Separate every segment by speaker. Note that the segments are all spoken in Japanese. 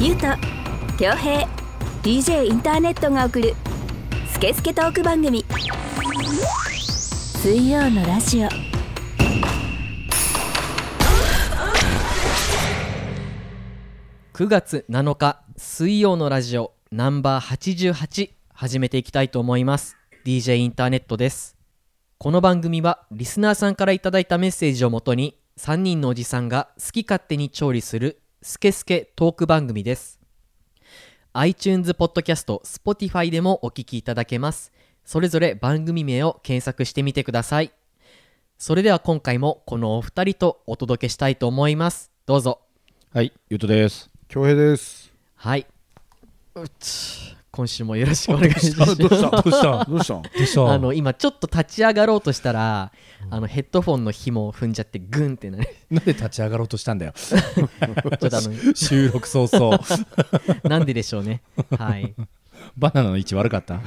Speaker 1: ゆうと恭平 DJ インターネットが送る「スケスケトーク番組」水曜のラジオ
Speaker 2: 9月7日水曜のラジオナンバー88始めていきたいと思います DJ インターネットですこの番組はリスナーさんからいただいたメッセージをもとに3人のおじさんが好き勝手に調理するスケスケトーク番組です iTunes ポッドキャスト Spotify でもお聞きいただけますそれぞれ番組名を検索してみてくださいそれでは今回もこのお二人とお届けしたいと思いますどうぞ
Speaker 3: はい、ゆうとです。
Speaker 4: 恭平です。
Speaker 2: はいうち今週もよろしくお願いします
Speaker 4: どう した
Speaker 5: どうした
Speaker 4: どうしたん
Speaker 5: どうした
Speaker 2: あの今ちょっと立ち上がろうとしたら、あのヘッドフォンの紐を踏んじゃってグンってなち
Speaker 5: なんで立 ち上がろうとしたんだよ
Speaker 2: ょっとあ
Speaker 5: 収録早々
Speaker 2: のなんででしょうねはい
Speaker 5: バナナの位置悪かった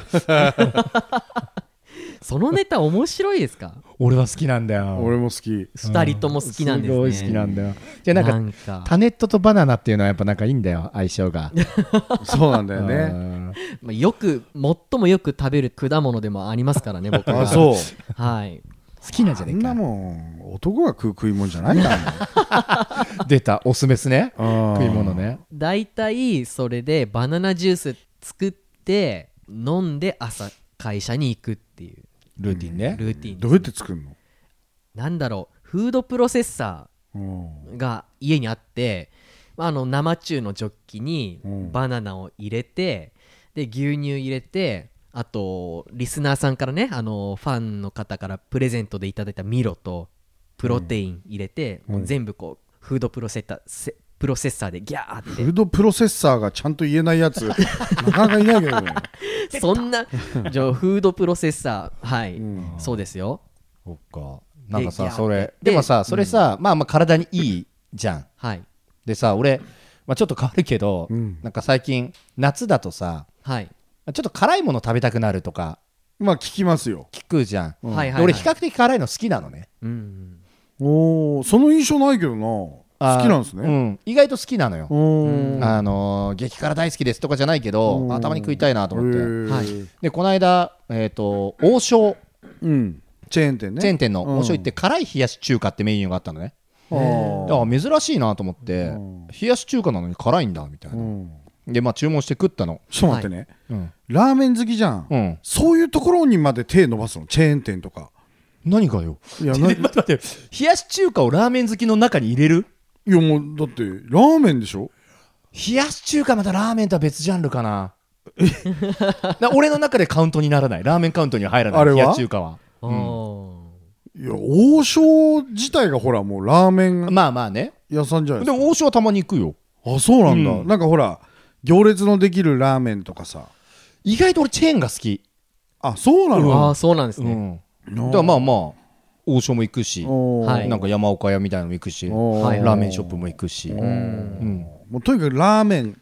Speaker 2: そのネタ面白いですか
Speaker 5: 俺は好きなんだよ
Speaker 4: 俺も好き。
Speaker 2: 2人とも好きなんですね
Speaker 5: ごい好きなんだよじゃあ
Speaker 2: な
Speaker 5: なんんか
Speaker 2: か
Speaker 5: タネットとバナナっていうのはやっぱなんかいいんだよ相性が
Speaker 4: そうなんだよ
Speaker 5: う
Speaker 4: ね。
Speaker 5: ん
Speaker 2: まあよく最もよく食べる果物でもありますから ね僕は
Speaker 4: あ、そう。
Speaker 2: はい
Speaker 5: 好きなんじ
Speaker 4: そ
Speaker 5: ゃね
Speaker 4: ん
Speaker 5: え
Speaker 4: な
Speaker 5: か
Speaker 4: もん、男が食う食い物じゃないからね。
Speaker 5: 出たオスメスね 食
Speaker 4: 食
Speaker 5: い物。ね
Speaker 2: 大体それでバナナジュース作って飲んで朝会社に行くっていう
Speaker 5: ルーティンね
Speaker 2: ルーティン
Speaker 4: どうやって作るの
Speaker 2: なんだろうフードプロセッサー
Speaker 4: うん
Speaker 2: が家にあって、まあ、あの生中のジョッキに
Speaker 4: うん
Speaker 2: バナナを入れて、で牛乳入れてあとリスナーさんからねあのファンの方からプレゼントでいただいたミロとプロテイン入れて、
Speaker 4: うん
Speaker 2: もう全部こうフードプロセッタせプロセッサーでギャー
Speaker 4: フードプロセッサーがちゃんと言えない やつ、なかなかいないけどね。
Speaker 2: ってそん なじゃあフードプロセッサーはい、
Speaker 4: うん
Speaker 2: そうですよ
Speaker 5: そっかなんか
Speaker 2: で
Speaker 5: さ
Speaker 2: ギャー
Speaker 5: それ
Speaker 2: で
Speaker 5: でもさそれさまあまあ体にいいじゃん
Speaker 2: はい
Speaker 5: でさ俺まあちょっと変わるけど
Speaker 4: うん
Speaker 5: なんか最近夏だとさ
Speaker 2: はい、
Speaker 5: ちょっと辛いもの食べたくなるとか
Speaker 4: まあ、聞きますよ。
Speaker 5: 聞くじゃん、
Speaker 2: はいはい、は
Speaker 5: で
Speaker 2: い、
Speaker 5: 俺比較的辛いの好きなのね
Speaker 2: うん
Speaker 4: おお、その印象ないけどな。好
Speaker 5: あー
Speaker 4: きなんです
Speaker 5: う
Speaker 4: ね。
Speaker 5: ん、意外と好きなのよ、
Speaker 4: お
Speaker 2: う
Speaker 4: ー
Speaker 2: ん
Speaker 5: あのー激辛大好きですとかじゃないけど
Speaker 4: うん
Speaker 5: あたまに食いたいなと思って、
Speaker 4: へー
Speaker 2: はい
Speaker 5: でこの間、えー、と王将
Speaker 4: うん。チェーン店ね。
Speaker 5: チェーン店の
Speaker 4: うん
Speaker 5: 王将行って辛い冷やし中華ってメニューがあったのね、
Speaker 4: あー
Speaker 5: あ珍しいなと思って、
Speaker 4: うん
Speaker 5: 冷やし中華なのに辛いんだみたいうな、
Speaker 4: ん
Speaker 5: でまあ注文して食ったの
Speaker 4: ちょっと待ってね。
Speaker 5: うん、
Speaker 4: ラーメン好きじゃん。
Speaker 5: うん、
Speaker 4: そういうところにまで手伸ばすの、チェーン店とか。
Speaker 5: 何がよ
Speaker 4: いや、
Speaker 5: 待
Speaker 4: な
Speaker 5: って 待って冷やし中華をラーメン好きの中に入れる
Speaker 4: いやもうだってラーメンでしょ
Speaker 5: 冷やし中華またラーメンとは別ジャンルか なな俺の中でカウントにならないラーメンカウントには入らない
Speaker 4: あれは
Speaker 5: 冷やし中華は、
Speaker 2: あー
Speaker 4: いや王将自体がほらもうラーメン
Speaker 5: まあまあね
Speaker 4: 屋さんじゃない
Speaker 5: で
Speaker 4: です
Speaker 5: も王将はたまに行くよ
Speaker 4: かあそうなんだ、
Speaker 5: うん
Speaker 4: なんかほら行列のできるラーメンとかさ
Speaker 5: 意外と俺チェーンが好き、
Speaker 4: あそうなの、
Speaker 2: あーそうなんです
Speaker 5: う
Speaker 2: ね、
Speaker 5: ん、
Speaker 4: な
Speaker 5: だからまあまあ王将も行くし、
Speaker 4: おー
Speaker 2: はい
Speaker 5: なんか山岡屋みたいなのも行くし、
Speaker 4: お
Speaker 2: はい
Speaker 5: ラーメンショップも行くし、う
Speaker 2: うん
Speaker 5: ん、
Speaker 4: もうとにかくラーメン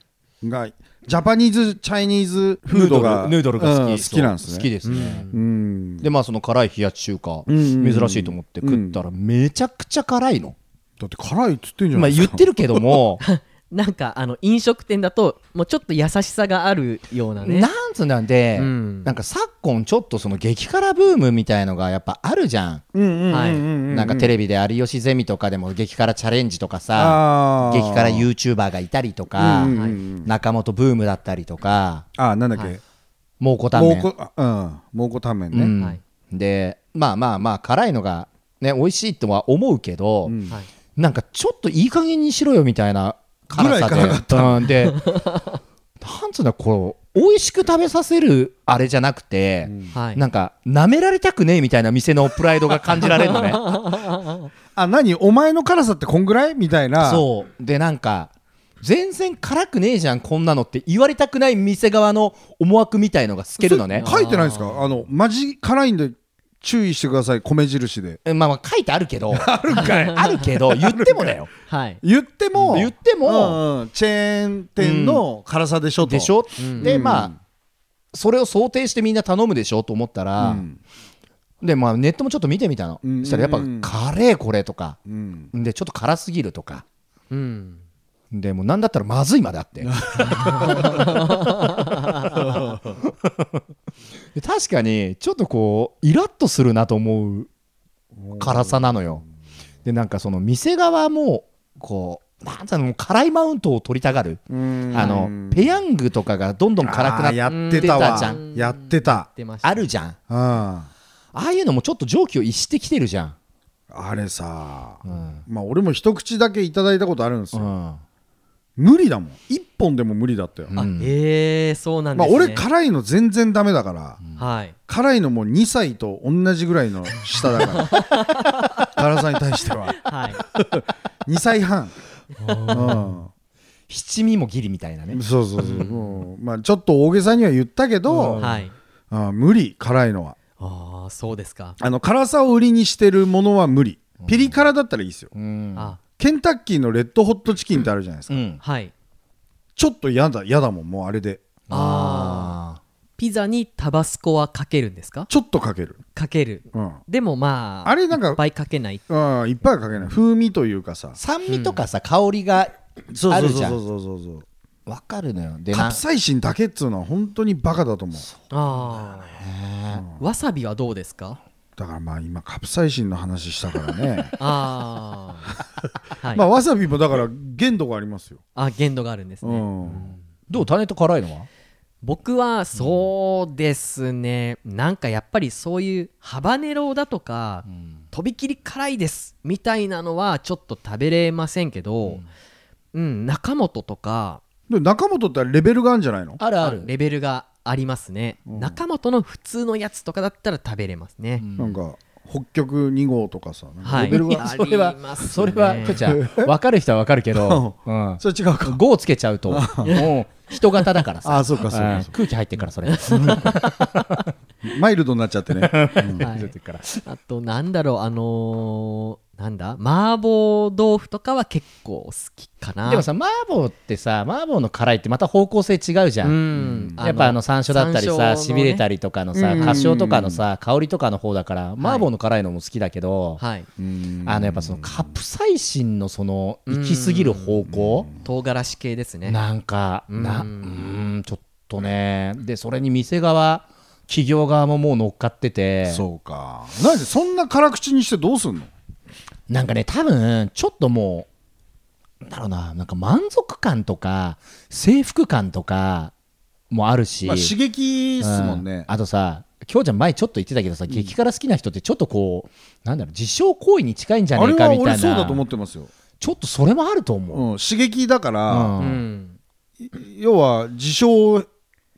Speaker 4: がジャパニーズチャイニーズフードが
Speaker 5: ヌードルヌードルが好き、
Speaker 4: うん好きなんですね
Speaker 5: 好きですね、
Speaker 4: うん
Speaker 5: でまあその辛い冷やし中華、
Speaker 4: うん
Speaker 5: 珍しいと思って食ったらめちゃくちゃ辛いの、
Speaker 4: だって辛いっつってんじゃ
Speaker 5: まあ
Speaker 4: ない
Speaker 5: 言
Speaker 4: です
Speaker 5: っ
Speaker 4: か、
Speaker 5: てるけど も
Speaker 2: なんかあの飲食店だともうちょっと優しさがあるようなね
Speaker 5: なんつうんだで、
Speaker 2: うん
Speaker 5: なんか昨今ちょっとその激辛ブームみたいのがやっぱあるじゃん、
Speaker 4: うんうんうんうん
Speaker 2: はい
Speaker 5: なんかテレビで有吉ゼミとかでも激辛チャレンジとかさ
Speaker 4: あー
Speaker 5: 激辛 YouTuber がいたりとか、
Speaker 4: うんうんうんうん
Speaker 5: 中本ブームだったりとか
Speaker 4: あなんだっけ、
Speaker 5: 蒙古タンメ
Speaker 4: 蒙
Speaker 5: ン
Speaker 4: 古あうん蒙古タンメン
Speaker 5: う
Speaker 4: ね、
Speaker 5: ん
Speaker 2: はい
Speaker 5: でまあまあまあ辛いのがね美味しいとは思うけど、
Speaker 4: うん
Speaker 2: はい、
Speaker 5: なんかちょっといい加減にしろよみたいな辛さで
Speaker 4: ぐらい辛かっ
Speaker 5: うんでなんつうんだこう美味しく食べさせるあれじゃなくて、
Speaker 2: はい、
Speaker 5: なんか、舐められたくねえみたいな店のプライドが感じられるのね。
Speaker 4: あ何お前の辛さってこんぐらいみたいな
Speaker 5: そう。で、なんか、全然辛くねえじゃん、こんなのって言われたくない店側の思惑みたいのが透けるのね
Speaker 4: そ。れ書いてないんですかあのマジ辛いんで注意してください米印で
Speaker 5: えまあまあ、書いてあるけど。 あるけど、言ってもだよ。
Speaker 2: はい、
Speaker 4: 言っても
Speaker 5: 言っても、
Speaker 4: うんうんチェーン店の辛さでしょと
Speaker 5: でしょ
Speaker 2: うん
Speaker 5: で、まあ、それを想定してみんな頼むでしょと思った
Speaker 4: う
Speaker 5: ら、
Speaker 4: ん
Speaker 5: でまあネットもちょっと見てみたの、
Speaker 4: うん
Speaker 5: そしたらやっぱ
Speaker 4: うん
Speaker 5: カレーこれとか、
Speaker 4: うん
Speaker 5: でちょっと辛すぎるとか
Speaker 2: うん
Speaker 5: でもうなんだったらまずいまであって で確かにちょっとこうイラッとするなと思う辛さなのよでなんかその店側もこうなんだろうもう辛いマウントを取りたがる、
Speaker 4: うん
Speaker 5: あのペヤングとかがどんどん辛くな
Speaker 4: あーや
Speaker 5: っ
Speaker 4: ってた
Speaker 5: 出たじゃ
Speaker 4: わ
Speaker 5: ん
Speaker 4: やってた
Speaker 2: 出ました
Speaker 5: あるじゃん
Speaker 4: うんあ
Speaker 5: ああいうのもちょっと常軌を逸してきてるじゃん、
Speaker 4: れさ
Speaker 5: うん
Speaker 4: まあ俺も一口だけいただいたことあるんです
Speaker 5: う
Speaker 4: よ
Speaker 5: ん
Speaker 4: 無理だもん一本でも無理だったよ
Speaker 2: あ
Speaker 5: うん
Speaker 2: へえそうなんで
Speaker 4: ます
Speaker 2: ね、
Speaker 4: あ俺辛いの全然ダメだから
Speaker 2: はい
Speaker 4: 辛いのも2歳と同じぐらいの下だから 辛さに対しては
Speaker 2: はい
Speaker 4: 2歳半うん
Speaker 5: 七味もギリみたいなね
Speaker 4: そうそうそう、もうまあ、ちょっと大げさには言ったけど、
Speaker 2: はい
Speaker 4: ああ無理辛いのは
Speaker 2: ああそうですか
Speaker 4: あの辛さを売りにしてるものは無理ピリ辛だったらいいですよ
Speaker 5: うん
Speaker 2: あ
Speaker 4: ケンタッキーのレッドホットチキンってあるじゃないですか、
Speaker 5: うん
Speaker 2: はい
Speaker 4: ちょっと嫌だ嫌だもんもうあれで
Speaker 2: ああピザにタバスコはかけるんですか
Speaker 4: ちょっとかける、
Speaker 2: かける
Speaker 4: うん、
Speaker 2: でもまあ
Speaker 4: あれなんか
Speaker 2: いっぱいかけない
Speaker 4: ああいっぱいはかけない風味というかさ
Speaker 5: 酸味とかさ、香りが
Speaker 4: そう
Speaker 5: あ
Speaker 4: そう
Speaker 5: る
Speaker 4: そう
Speaker 5: じゃ
Speaker 4: そうんそうそうそう
Speaker 5: わかるのよで
Speaker 4: カ
Speaker 5: な
Speaker 4: プサイシンだけっつうのは本当にバカだと思う
Speaker 2: ああわさびはどうですか
Speaker 4: だからまあ今カプサイシンの話したからね、
Speaker 2: あ あはい、
Speaker 4: まあわさびもだから限度がありますよ、
Speaker 2: あ限度があるんですね、
Speaker 4: うん、
Speaker 5: どうタネット辛いのは
Speaker 2: 僕はそうですね、なんかやっぱりそういうハバネロだとか、とびきり辛いですみたいなのはちょっと食べれませんけど、うん中本とか
Speaker 4: で中本ってレベルがあるんじゃないの
Speaker 5: あるある
Speaker 2: レベルがありますね、中本の普通のやつとかだったら食べれますね、
Speaker 4: なんか北極2号とかさ、なんか
Speaker 2: はい
Speaker 4: レベルが
Speaker 2: あ
Speaker 5: それは
Speaker 2: りますね
Speaker 5: それはくちゃんわかる人はわかるけ ど、うん、
Speaker 4: それ違うか。
Speaker 5: 5をつけちゃうともう人型だからさ
Speaker 4: ああ、そうか、そう
Speaker 5: う
Speaker 4: か
Speaker 5: ん
Speaker 4: そう
Speaker 5: 空気入ってるからそれ
Speaker 4: か。マイルドになっちゃっ てね。
Speaker 2: はい
Speaker 5: 出てるから
Speaker 2: あとなんだろうあのーなんだ麻婆豆腐とかは結構好きかな
Speaker 5: でもさ麻婆ってさ麻婆の辛いってまた方向性違うじゃ
Speaker 2: うんん
Speaker 5: やっぱあの山椒だったりさしびれた
Speaker 2: り
Speaker 5: りとかのさ
Speaker 4: うん
Speaker 5: 花椒とかのさ香りとかの方だから麻婆の辛いのも好きだけど
Speaker 2: はい
Speaker 5: あのやっぱそのカプサイシンのその行き過ぎる方向
Speaker 2: 唐辛子系ですね
Speaker 5: なんか
Speaker 2: うん
Speaker 5: なうーんちょっとねでそれに店側企業側ももう乗っかってて
Speaker 4: そうか。なんでそんな辛口にしてどうすんの
Speaker 5: なんかね多分ちょっともうなんだろうななんか満足感とか征服感とかもあるし、
Speaker 4: まあ刺激っすもん
Speaker 5: うん
Speaker 4: ね。
Speaker 5: あとさきょうちゃん前ちょっと言ってたけどさ、激辛好きな人ってちょっとこうなんだろう自傷行為に近いんじゃ
Speaker 4: あ
Speaker 5: ね
Speaker 4: れ
Speaker 5: えか
Speaker 4: は
Speaker 5: みたい
Speaker 4: 俺
Speaker 5: な
Speaker 4: そうだと思ってますよ。
Speaker 5: ちょっとそれもあると思う、
Speaker 4: うん、刺激だか
Speaker 5: う
Speaker 4: ら、
Speaker 2: うんん
Speaker 4: 要は自傷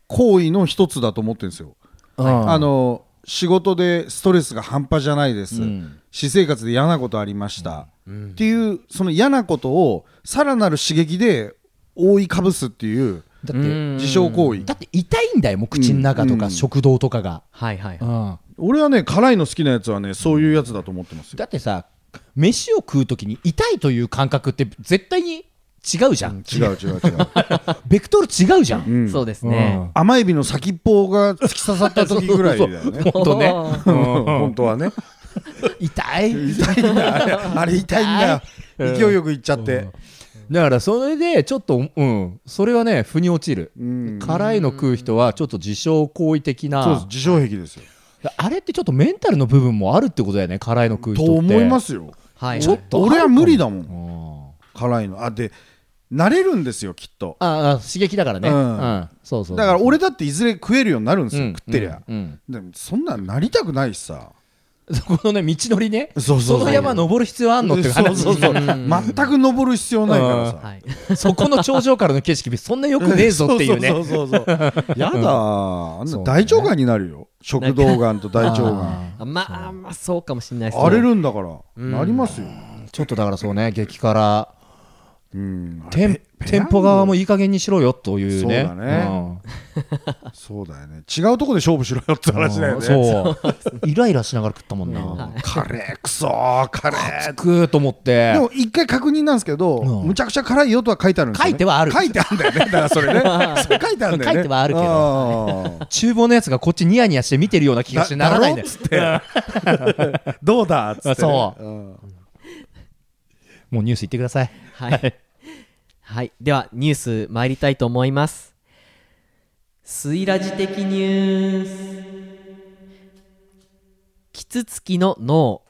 Speaker 4: 行為の一つだと思ってるんですよ。
Speaker 5: うん
Speaker 4: あの仕事でストレスが半端じゃないです、
Speaker 5: うん
Speaker 4: 私生活で嫌なことありました、っていうその嫌なことをさらなる刺激で覆いかぶすっていう
Speaker 5: だって、
Speaker 4: 自傷行為、
Speaker 5: だって痛いんだよもう口の中と
Speaker 4: う
Speaker 5: か
Speaker 4: ん
Speaker 5: 食道とかが、
Speaker 2: はいはい
Speaker 5: うん
Speaker 4: 俺はね辛いの好きなやつはねそういうやつだと思ってますよ
Speaker 5: だってさ飯を食う時に痛いという感覚って絶対に違うじゃん、
Speaker 4: 違う違う違う、
Speaker 5: ベクトル違うじゃん、
Speaker 4: うん
Speaker 2: そうですね
Speaker 4: 甘エビの先っぽが突き刺さった時ぐらいだよね
Speaker 5: 本当 ね
Speaker 2: おー
Speaker 4: 本当はね
Speaker 5: 痛い
Speaker 4: 痛いんだあれ あれ痛いんだよ勢いよくいっちゃって、
Speaker 5: だからそれでちょっとうんそれはね腑に落ちる、
Speaker 4: うん
Speaker 5: 辛いの食う人はちょっと自傷行為的
Speaker 4: そうです
Speaker 5: な
Speaker 4: 自傷癖ですよ
Speaker 5: あれってちょっとメンタルの部分もあるってことだよね辛いの食う人
Speaker 4: と
Speaker 5: って
Speaker 4: 思いますよ
Speaker 2: はい
Speaker 5: ちょっと
Speaker 4: 俺は無理だもん
Speaker 5: うん
Speaker 4: 辛いのあで慣れるんですよきっと
Speaker 5: ああ刺激だからね、う
Speaker 4: うんん
Speaker 5: そうそう
Speaker 4: だから俺だっていずれ食えるようになるんですよ、
Speaker 5: うん
Speaker 4: 食ってりゃ、
Speaker 5: うん
Speaker 4: でもそんなんなりたくないしさ
Speaker 5: うんそこのね道のりね
Speaker 4: そうそうそう
Speaker 5: の山登る必要あんのって話
Speaker 4: そうそうそう全く登る必要ないからさ、
Speaker 2: はい
Speaker 5: そこの頂上からの景色そんなよくねえぞっていうね
Speaker 4: そうそう そうそうやだあんな大腸がんになるよ食道がんと大腸が ん
Speaker 2: あまあまあそうかもしれないですね
Speaker 4: 荒れるんだからなりますよ
Speaker 5: ちょっとだからそうね激辛
Speaker 4: うん
Speaker 5: 店店舗側もいい加減にしろよというね
Speaker 4: そうだねそうだよね違うとこで勝負しろよって
Speaker 5: うん
Speaker 4: 話だよね
Speaker 5: そうイライラしながら食ったもん
Speaker 4: う
Speaker 5: なん
Speaker 4: カレーくそーカレー
Speaker 5: 食うと思って
Speaker 4: でも一回確認なんですけど、
Speaker 5: うん
Speaker 4: むちゃくちゃ辛いよとは書いてあるんですよ、ね、
Speaker 5: 書いてはある
Speaker 4: 書いてあるんだよねだからそれねそれ書いてあるんだよね
Speaker 5: 書いてはあるけど
Speaker 4: ど
Speaker 5: 厨房のやつがこっちニヤニヤして見てるような気がしてならないんだよ
Speaker 4: つってどうだっつって
Speaker 5: そ
Speaker 4: うん
Speaker 5: もうニュース言ってください
Speaker 2: はい。はい。では、ニュース参りたいと思います。スイラジ的ニュース。キツツキの脳。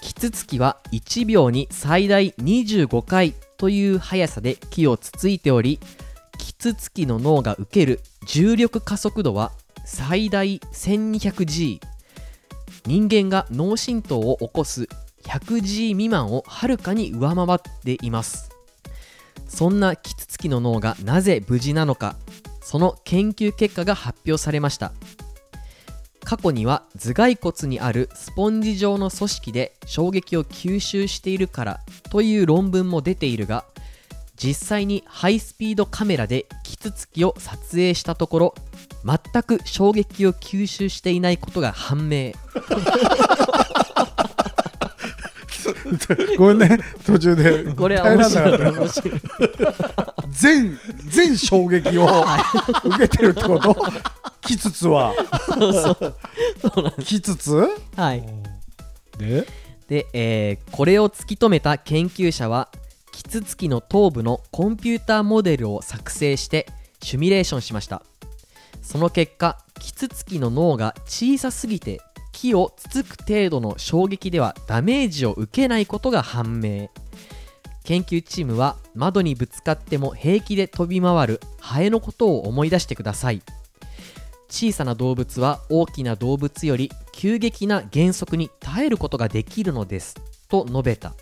Speaker 2: キツツキは1秒に最大25回という速さで木をつついており、キツツキの脳が受ける重力加速度は最大 1200G。人間が脳震盪を起こす 100G 未満をはるかに上回っていますそんなキツツキの脳がなぜ無事なのかその研究結果が発表されました過去には頭蓋骨にあるスポンジ状の組織で衝撃を吸収しているからという論文も出ているが実際にハイスピードカメラでキツツキを撮影したところ全く衝撃を吸収していないことが判明
Speaker 4: ごめんね途中で
Speaker 2: これは面白
Speaker 4: 耐えられない
Speaker 2: 面白い
Speaker 4: 全全衝撃を受けてるってこときつつはきつつ
Speaker 2: はい
Speaker 4: で
Speaker 2: で、えーこれを突き止めた研究者はキツツキの頭部のコンピューターモデルを作成してシミュレーションしましたその結果キツツキの脳が小さすぎて木をつつく程度の衝撃ではダメージを受けないことが判明研究チームは窓にぶつかっても平気で飛び回るハエのことを思い出してください小さな動物は大きな動物より急激な減速に耐えることができるのですと述べた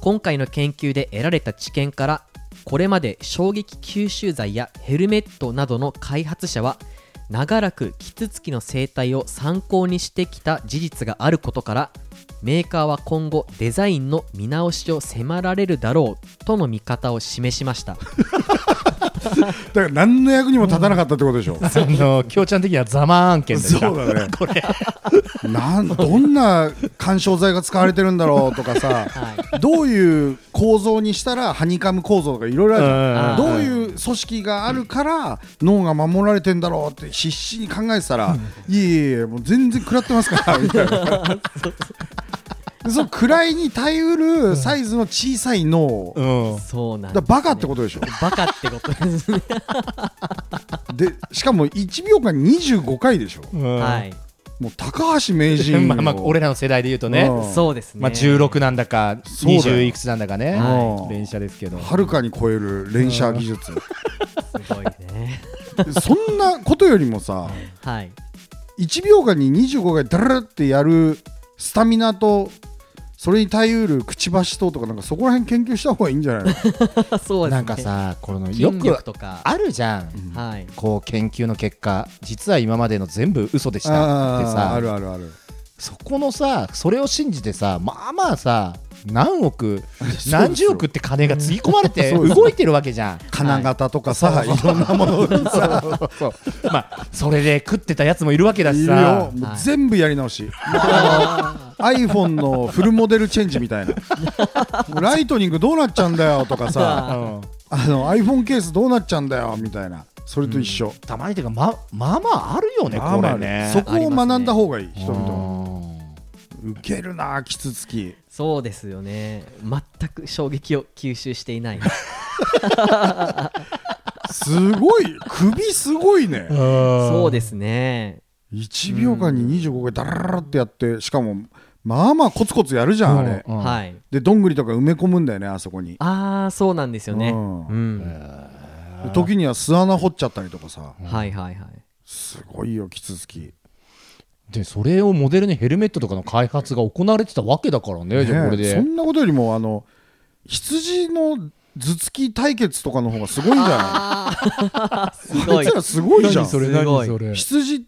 Speaker 2: 今回の研究で得られた知見からこれまで衝撃吸収剤やヘルメットなどの開発者は長らくキツツキの生態を参考にしてきた事実があることからメーカーは今後デザインの見直しを迫られるだろうとの見方を示しました
Speaker 4: だから何の役にも立たなかったってことでしょ
Speaker 5: あの京ちゃん的にはざま案件でした
Speaker 4: そうだねこれなんどんな緩衝材が使われてるんだろうとかさ、どういう構造にしたらハニカム構造とかいろいろあるじゃん
Speaker 2: うん
Speaker 4: どういう組織があるから脳が守られてんだろうって必死に考えてたら、いえいえいえもう全然食らってますからみたいな。でその位に耐えうるサイズの小さい脳、だか
Speaker 5: う ん
Speaker 2: そうなん
Speaker 4: らバカって
Speaker 2: と
Speaker 4: ことでしょ
Speaker 2: バカってことですね
Speaker 4: でしかも1秒間25回でしょ
Speaker 5: うん
Speaker 2: はい
Speaker 4: もう高橋名人
Speaker 5: まあまあ
Speaker 4: を
Speaker 5: 俺らの世代で言うとね、
Speaker 4: うん
Speaker 2: そうですね。
Speaker 5: まあ、16なんだか
Speaker 4: そうだよ
Speaker 5: 20いくつなんだかね、
Speaker 4: はい
Speaker 5: 連射ですけど
Speaker 4: はるかに超える連射技術、
Speaker 2: すごいね。
Speaker 4: そんなことよりもさ
Speaker 2: はい。
Speaker 4: 1秒間に25回ダラってやるスタミナとそれに耐えうるくちばしととかなんかそこら辺研究した方がいいんじゃないの
Speaker 2: そうですね。
Speaker 5: なんかさこの
Speaker 2: 筋
Speaker 5: よく
Speaker 2: 力とか。
Speaker 5: あるじゃん
Speaker 2: はい。
Speaker 5: こう研究の結果実は今までの全部嘘でしたって
Speaker 4: あー
Speaker 5: さ
Speaker 4: あるあるある
Speaker 5: そこのさそれを信じてさまあまあさ何億
Speaker 4: すよ
Speaker 5: 何十億って金がつぎ込まれて
Speaker 4: そうです
Speaker 5: 動いてるわけじゃん。
Speaker 4: 金型とかさ、い、ろんなものにさそう
Speaker 5: まあそれで食ってたやつもいるわけだ
Speaker 4: い
Speaker 5: し
Speaker 4: るよ
Speaker 5: さ
Speaker 4: もう
Speaker 2: はい
Speaker 4: 全部やり直し、iPhone のフルモデルチェンジみたいなもうライトニングどうなっちゃうんだよとか
Speaker 5: う
Speaker 4: さ
Speaker 5: ん
Speaker 4: あの iPhone ケースどうなっちゃうんだよみたいなそれと一緒、
Speaker 5: たまにてかままあまああるよね
Speaker 4: まあ
Speaker 5: こ
Speaker 4: まあ
Speaker 5: れね。
Speaker 4: そこを学んだ方がいい、人々は
Speaker 5: うん
Speaker 4: 受けるなキツツキ
Speaker 2: そうですよね。全く衝撃を吸収していない。
Speaker 4: すごい首すごいね
Speaker 2: そうですね。
Speaker 4: 1秒間に25回ダラララってやってしかもまあまあコツコツやるじゃんあれ
Speaker 5: うん
Speaker 2: はい。
Speaker 4: でどんぐりとか埋め込むんだよねあそこに
Speaker 2: ああ、そうなんですよね。
Speaker 4: う
Speaker 2: うんん。
Speaker 4: で時には巣穴掘っちゃったりとかさ
Speaker 2: はいはいはい。
Speaker 4: すごいよキツツキ
Speaker 5: でそれをモデルにヘルメットとかの開発が行われてたわけだからねじゃあこれ
Speaker 4: ねそ
Speaker 5: で。
Speaker 4: んなことよりもあの羊の頭突き対決とかの方がすごいんじゃ
Speaker 2: す
Speaker 4: ない
Speaker 2: ご
Speaker 4: あい
Speaker 2: い
Speaker 4: つ。らすごいじゃん
Speaker 5: 何それ
Speaker 2: すごい
Speaker 5: 何それ
Speaker 4: 羊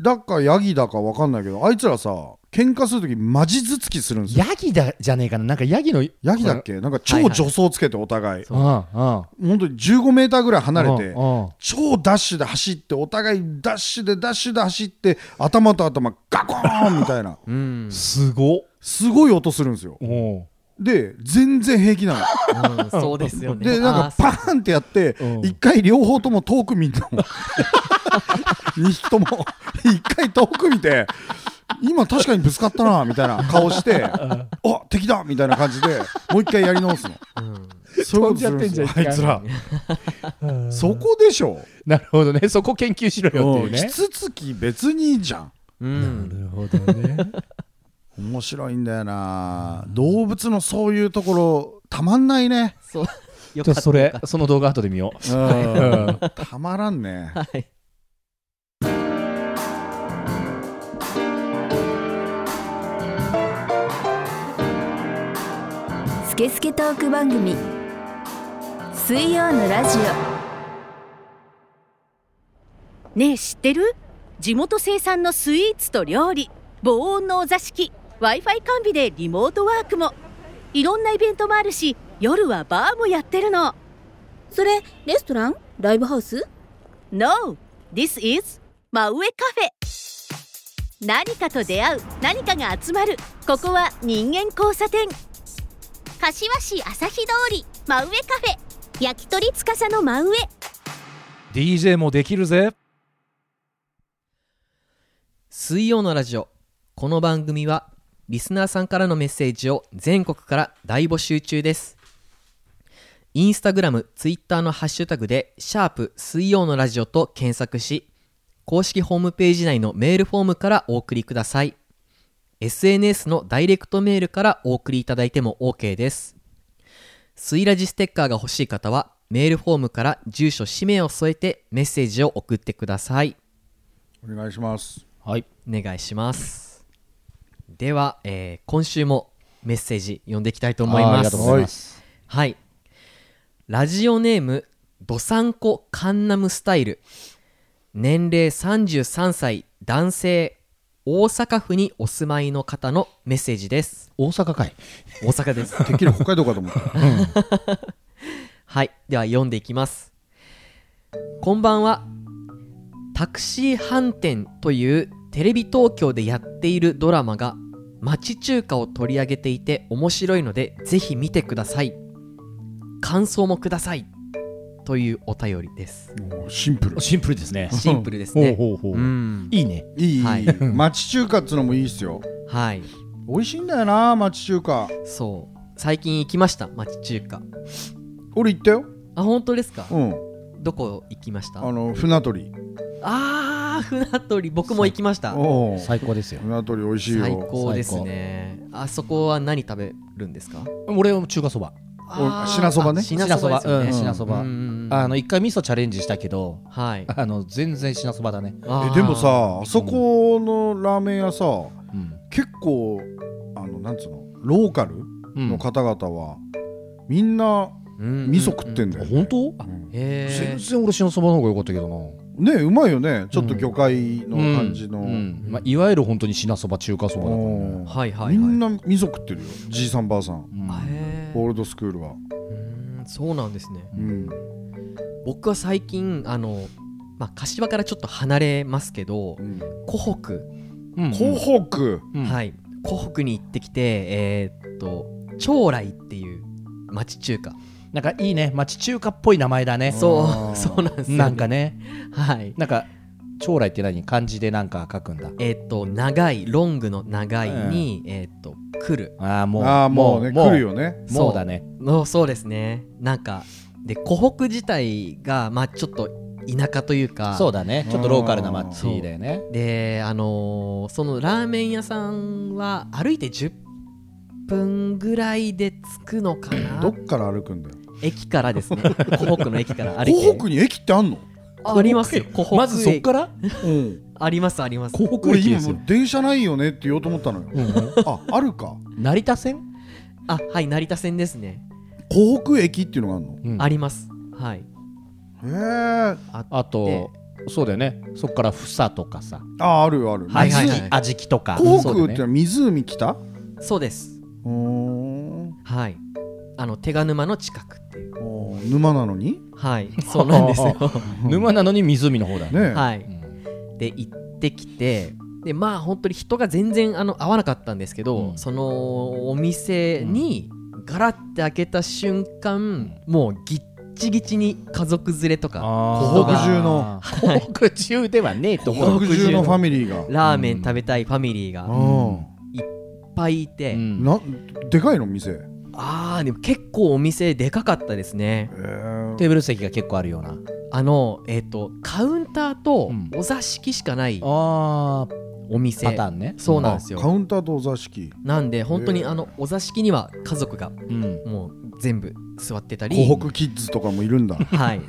Speaker 4: だかヤギだかわかんないけどあいつらさ喧嘩する時マジ頭突きするんですよ
Speaker 5: ヤギだじゃねえかななんかヤギの
Speaker 4: ヤギだっけなんか
Speaker 2: はい
Speaker 4: 超
Speaker 2: はい
Speaker 4: 助走つけてお互い
Speaker 5: うんうん
Speaker 4: 本当に15メーターぐらい離れて
Speaker 5: うんうん
Speaker 4: 超ダッシュで走ってお互いダッシュでダッシュで走って頭と頭ガコーンみたいな
Speaker 2: うん、
Speaker 5: すごっ
Speaker 4: すごい音するんですよ
Speaker 5: おう
Speaker 4: で全然平気なの
Speaker 2: うんそうですよね。
Speaker 4: でなんか
Speaker 2: あ
Speaker 4: パーンってやって
Speaker 5: うん
Speaker 4: 一回両方とも遠く見んの2匹とも一回遠く見て今確かにぶつかったなみたいな顔してあ敵だみたいな感じでもう一回やり直すの
Speaker 2: ーそううん
Speaker 4: そういうことするんですよ
Speaker 5: 飛ん
Speaker 4: あい
Speaker 5: じゃってん
Speaker 4: つ
Speaker 5: じゃん
Speaker 4: らそこでしょ
Speaker 5: なるほどねそこ研究しろよっていうね
Speaker 4: つつき別にいいじゃん
Speaker 2: うん、
Speaker 5: るほ どね
Speaker 4: 面白いんだよな動物のそういうところたまんないね
Speaker 2: そう。よ
Speaker 5: ち
Speaker 2: か
Speaker 5: ょっ
Speaker 2: った
Speaker 5: とそれその動画後で見よ
Speaker 4: う
Speaker 5: う、うんん、
Speaker 4: たまらんね
Speaker 2: はい。
Speaker 1: スケスケトーク番組水曜のラジ
Speaker 3: ねえ知ってる地元生産のスイーツと料理防音のお座敷 w i f i 完備でリモートワークもいろんなイベントもあるし夜はバーもやってるの
Speaker 1: オそれレストランライブハウス
Speaker 3: No! This is 真上カフェ何かと出会う何かが集まるここは人間交差点柏市朝日通り真上カフェ焼き鳥つかさの真上
Speaker 6: DJ もできるぜ
Speaker 2: 水曜のラジオこの番組はリスナーさんからのメッセージを全国から大募集中ですインスタグラムツイッターのハッシュタグで「シャープ水曜のラジオ」と検索し公式ホームページ内のメールフォームからお送りください SNS のダイレクトメールからお送りいただいても OK ですスイラジステッカーが欲しい方はメールフォームから住所氏名を添えてメッセージを送ってください
Speaker 4: お願いします
Speaker 5: はい
Speaker 2: お願いしますでは、えー今週もメッセージ読んでいきたいと思い
Speaker 5: あーあ
Speaker 2: ま
Speaker 5: りが
Speaker 2: す
Speaker 5: とうござい ます
Speaker 2: はいラジオネームどさんこカンナムスタイル年齢33歳男性大阪府にお住まいの方のメッセージです
Speaker 5: 大阪かい
Speaker 2: 大阪です
Speaker 4: てっきり北海道かと思った
Speaker 2: はいでは読んでいきますこんばんはタクシー飯店というテレビ東京でやっているドラマが町中華を取り上げていて面白いのでぜひ見てください感想もくださいというお便りです
Speaker 4: もうシンプル
Speaker 5: シンプルですね
Speaker 2: シンプルです
Speaker 5: ほう
Speaker 2: ね
Speaker 5: ほうほう、
Speaker 2: うん
Speaker 5: いいね
Speaker 4: いい、
Speaker 2: はい
Speaker 4: 町中華っつうのもいいっすよ
Speaker 2: はい
Speaker 4: 美味しいんだよな町中華
Speaker 2: そう最近行きました町中華
Speaker 4: 俺行ったよ
Speaker 2: あ本当ですか
Speaker 4: うん
Speaker 2: どこ行きました
Speaker 4: あの船鳥
Speaker 2: あー船鳥僕も行きました
Speaker 4: おう
Speaker 5: 最高ですよ
Speaker 4: 船鳥美味しい
Speaker 2: 最
Speaker 4: よ
Speaker 2: 高ですねあそこは何食べるんですか
Speaker 5: 俺も中華そば
Speaker 2: あー
Speaker 4: 品そばね
Speaker 2: あ品そばですよ
Speaker 5: う
Speaker 2: ね
Speaker 5: ん
Speaker 4: うん
Speaker 5: 品そば、
Speaker 2: うん
Speaker 5: あの一回味噌チャレンジしたけど
Speaker 2: はい
Speaker 5: あの全然品そばだね、
Speaker 2: あー
Speaker 4: えでもさあそこのラーメン屋さ
Speaker 5: うん
Speaker 4: 結構あのなんつうのローカル
Speaker 5: うん
Speaker 4: の方々は、みんな
Speaker 2: うん
Speaker 4: 味噌食ってんだよ、
Speaker 5: 本当あ
Speaker 4: うん
Speaker 2: へ
Speaker 5: 全然俺品そばの方が良かったけどな
Speaker 4: ねうまいよねちょっと魚介の感じの、
Speaker 5: うんうんまあ、いわゆる本当に品そば中華そばだからね
Speaker 4: お
Speaker 2: え
Speaker 4: う
Speaker 2: はいはいはい
Speaker 4: みんな味噌食ってるよじいさんばあさん
Speaker 5: うん
Speaker 2: へ
Speaker 4: オールドスクールは、
Speaker 2: えそうなんですね
Speaker 4: うん、
Speaker 2: 僕は最近あのまあ柏からちょっと離れますけど
Speaker 4: うん
Speaker 2: 湖北
Speaker 5: うん
Speaker 4: 湖北
Speaker 5: うん
Speaker 2: はい湖北に行ってきてえーっと長来っていう町中華
Speaker 5: なんかいいね町中華っぽい名前だね
Speaker 2: そ
Speaker 4: あー
Speaker 2: うそうなんですよ
Speaker 5: なんかね
Speaker 2: はい
Speaker 5: なんか将来って何漢字でなんか書くんだ
Speaker 2: えーっと長いロングの長いにえーっと来る
Speaker 5: ああもう
Speaker 4: ああもうね来るよね
Speaker 5: もうだね
Speaker 2: のそうですねなんかで湖北自体がまあちょっと田舎というか
Speaker 5: そうだねちょっとローカルな町だよね
Speaker 2: であのーそのラーメン屋さんは歩いて10分ぐらいで着くのかな
Speaker 4: どっから歩くんだよ
Speaker 2: 駅からです ね湖北の駅から歩いて
Speaker 4: 湖北に駅ってあんの、
Speaker 2: あありますよ湖北駅
Speaker 5: まずそっから
Speaker 4: うん、
Speaker 2: ありますあります
Speaker 5: 広北
Speaker 4: 俺
Speaker 5: 駅で
Speaker 4: 今
Speaker 5: す
Speaker 4: もう
Speaker 5: よ、
Speaker 4: 電車ないよねって言おうと思ったのよ
Speaker 5: うん
Speaker 4: ああるか
Speaker 5: 成田線、
Speaker 2: あはい成田線ですね、
Speaker 4: 湖北駅っていうのがあるの
Speaker 5: うん
Speaker 2: ありますはい
Speaker 4: へえ
Speaker 5: あとそうだよねそっから房とかさ
Speaker 4: ああるよある
Speaker 2: はいはいはい
Speaker 5: 小豆小豆とか
Speaker 4: 湖
Speaker 5: そうだよ
Speaker 4: 北っ
Speaker 5: ね
Speaker 4: てのは湖北
Speaker 2: そうです
Speaker 4: うーん
Speaker 2: はいあの手賀沼の近くっていう
Speaker 4: おー沼なのに
Speaker 2: はいそうなん ですよ
Speaker 5: 沼なのに湖の方だね
Speaker 4: ね
Speaker 2: は
Speaker 5: う
Speaker 2: い
Speaker 5: ん
Speaker 2: で行ってきてでまあ本当に人が全然あの合わなかったんですけど、
Speaker 5: うん
Speaker 2: そのお店にガラッて開けた瞬間、もうギッチギチに家族連れとか
Speaker 5: あー
Speaker 4: 北中の
Speaker 5: 広告中ではねえと思う
Speaker 4: 北中のファミリーが
Speaker 2: ラーメン食べたいファミリーがいっぱいいて、
Speaker 5: うん
Speaker 4: なでかいの店
Speaker 2: あーでも結構お店でかかったですね
Speaker 4: えー
Speaker 5: テーブル席が結構あるような
Speaker 2: あのえっ、とカウンターと
Speaker 5: うん
Speaker 2: お座敷しかない
Speaker 5: あ
Speaker 2: お店、
Speaker 5: パターンね
Speaker 2: そうなんです
Speaker 4: カ
Speaker 2: よ
Speaker 4: ウンターとお座敷
Speaker 2: なんで本当
Speaker 4: へ
Speaker 2: に
Speaker 4: え
Speaker 2: あのお座敷には家族が
Speaker 5: うん
Speaker 2: もう全部座ってたり
Speaker 4: 湖北キッズとかもいるんだ
Speaker 2: はい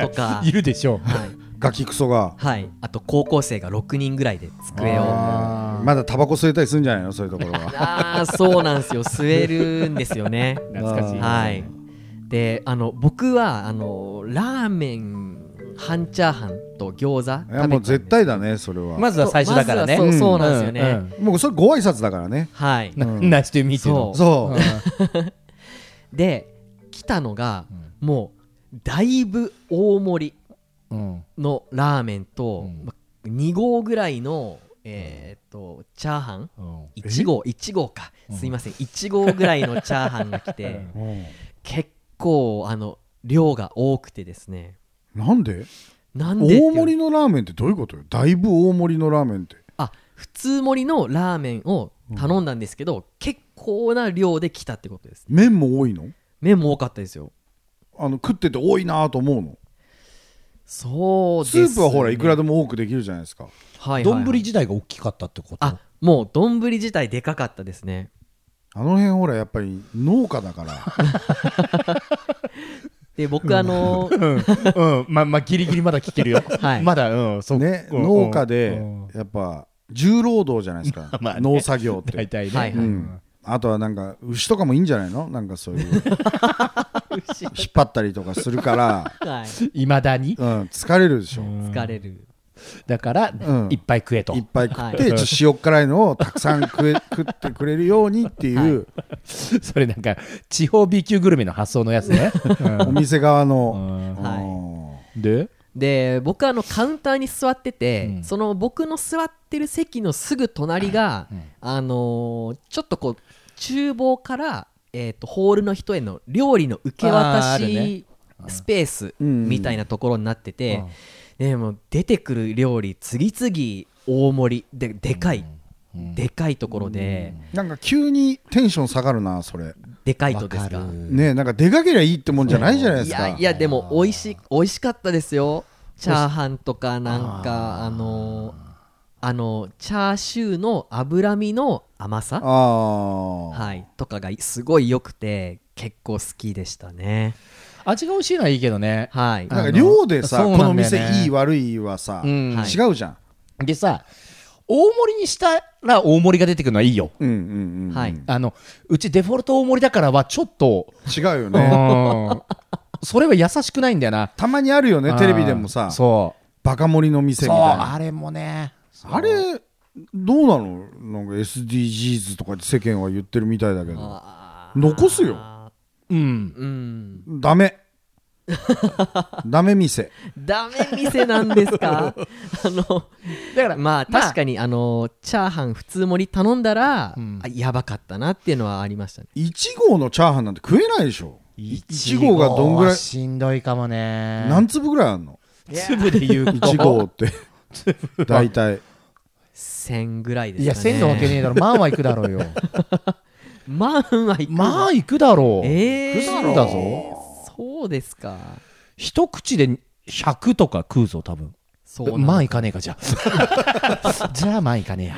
Speaker 2: とか
Speaker 5: いるでしょう
Speaker 2: はい、
Speaker 4: ガキクソが
Speaker 2: はい、あと高校生が6人ぐらいで机を
Speaker 4: あーまだタバコ吸えたりするんじゃないのそういうところは
Speaker 2: ああそうなんですよ吸えるんですよ ね
Speaker 5: 懐かしい
Speaker 2: はいであの僕はあのラーメン半チャーハンと餃子
Speaker 4: いやもう絶対だねそれは
Speaker 5: まずは最初だからね
Speaker 2: そうまずはそううそうなんですよね、
Speaker 4: もうそれご挨拶だからね
Speaker 2: はい
Speaker 5: な
Speaker 4: うん
Speaker 5: なしてみて
Speaker 2: そ
Speaker 5: の
Speaker 2: う
Speaker 4: そう
Speaker 2: で来たのがもうだいぶ大盛
Speaker 5: うん
Speaker 2: りのラーメンと、
Speaker 5: うん
Speaker 2: ま2合ぐらいのえーっとチャーハン
Speaker 5: うん
Speaker 2: 1合1合か
Speaker 5: うん
Speaker 2: すいません1合ぐらいのチャーハンが来て
Speaker 4: うん
Speaker 2: 結構あの量が多くてですね
Speaker 4: なんで
Speaker 2: なんでっていう
Speaker 4: 大盛りのラーメンってどういうことよだいぶ大盛りのラーメンって
Speaker 2: あ普通盛りのラーメンを頼んだんですけど、結構な量で来たってことです
Speaker 4: 麺も多いの
Speaker 2: 麺も多かったですよ
Speaker 4: あの食ってて多いなと思うの
Speaker 2: そうです
Speaker 4: ス
Speaker 2: ね、
Speaker 4: ープはほらいくら
Speaker 2: で
Speaker 4: でも多くできるじゃないですか
Speaker 2: はいはいはい
Speaker 5: 丼自体が大きかったってこと
Speaker 2: あもう丼自体でかかったですね
Speaker 4: あの辺ほらやっぱり農家だから
Speaker 2: で僕あ の
Speaker 5: うんうんまあまあギリギリまだ聞けるよ
Speaker 2: はい
Speaker 5: まだうんそう
Speaker 4: ね
Speaker 5: うん
Speaker 4: 農家
Speaker 5: う
Speaker 4: で
Speaker 5: ん
Speaker 4: やっぱ重労働じゃないですか
Speaker 5: まあね
Speaker 4: 農作業っ
Speaker 5: 大
Speaker 4: て
Speaker 5: 体ね、
Speaker 2: はいは
Speaker 4: う
Speaker 2: い
Speaker 4: んあとはなんか牛とかもいいんじゃないのなんかそういう引っ張ったりとかするから、
Speaker 2: はい
Speaker 5: いまだに
Speaker 4: うん、疲れるでしょ
Speaker 2: 疲れる
Speaker 5: だから、
Speaker 4: うん
Speaker 5: いっぱい食えと
Speaker 4: いっぱい食っ
Speaker 2: はい
Speaker 4: て、ちょっと塩っ辛いのをたくさん食え食ってくれるようにっていう、
Speaker 5: それなんか地方 B 級グルメの発想のやつ ね、
Speaker 4: お店側
Speaker 5: う
Speaker 4: の、
Speaker 5: ん
Speaker 2: はい
Speaker 5: うんで
Speaker 2: で僕あのカウンターに座ってて、
Speaker 5: うん
Speaker 2: その僕の座ってる席のすぐ隣が、あのーちょっとこう厨房から、えー、とホールの人への料理の受け
Speaker 5: あーあ
Speaker 2: 渡
Speaker 5: るね
Speaker 2: しスペース
Speaker 4: うん
Speaker 2: みたいなところになってて、
Speaker 5: うん
Speaker 2: でもう出てくる料理次々大盛りででかい、
Speaker 5: うん
Speaker 2: でかいところで、
Speaker 4: なんか急にテンション下がるなそれ
Speaker 2: でかいと
Speaker 5: わ
Speaker 2: です
Speaker 5: か
Speaker 2: か
Speaker 5: る
Speaker 4: ねなんか出かけりゃいいってもんじゃないじゃないで
Speaker 2: い
Speaker 4: す
Speaker 2: や
Speaker 4: か
Speaker 2: いやでも美味しい美味しかったですよチャーハンとかなんかあのーあのチャーシューの脂身の甘さ
Speaker 4: ああ、
Speaker 2: はい、とかがすごい良くて結構好きでしたね。
Speaker 5: 味が美味しいのはいいけどね
Speaker 2: はい、
Speaker 4: なんか量で
Speaker 5: あ
Speaker 4: さ、
Speaker 5: の
Speaker 4: この
Speaker 5: そう
Speaker 4: 店
Speaker 5: なんだよね
Speaker 4: いい悪いはさ、
Speaker 5: うん
Speaker 2: はい
Speaker 4: 違うじゃん、
Speaker 5: でさ大盛りにしたら大盛りが出てくるのはいいよ
Speaker 4: うんうんうんうん
Speaker 2: はい
Speaker 5: あのうちデフォルト大盛りだからはちょっと、
Speaker 4: 違うよね
Speaker 5: うんそれは優しくないんだよな
Speaker 4: たまにあるよねテレビでも
Speaker 5: あー
Speaker 4: さ
Speaker 5: そう
Speaker 4: バカ盛りの店み
Speaker 5: そう
Speaker 4: たいな
Speaker 5: あれもね
Speaker 4: あれどうなのなんか SDGs とかって世間は言ってるみたいだけど
Speaker 2: あー
Speaker 4: 残すよ
Speaker 5: うん
Speaker 2: うん、
Speaker 4: ダメ ダメ店
Speaker 2: ダメ店なんですかあの
Speaker 5: だから
Speaker 2: まあ確か
Speaker 5: に
Speaker 2: にあのチャーハン普通盛り頼んだら、
Speaker 5: うん
Speaker 2: あやばかったなっていうのはありましたね
Speaker 4: 1号のチャーハンなんて食えないでしょ1号がどんぐらい
Speaker 5: しんどいかもね
Speaker 4: 何粒ぐらいあんの
Speaker 5: 粒で言うと
Speaker 4: 1号って 大体
Speaker 2: 1000ぐらいですかね
Speaker 5: いや1000のわけねえ だろ万は行くだろうよ
Speaker 2: まあはいくんだ
Speaker 5: まあ行くだろう
Speaker 2: えー
Speaker 5: 行くんだぞ
Speaker 2: そうですか
Speaker 5: 一口で100とか食うぞ多分
Speaker 2: そうなんだ
Speaker 5: まあ行かねえかじゃあ じゃあまあ行かね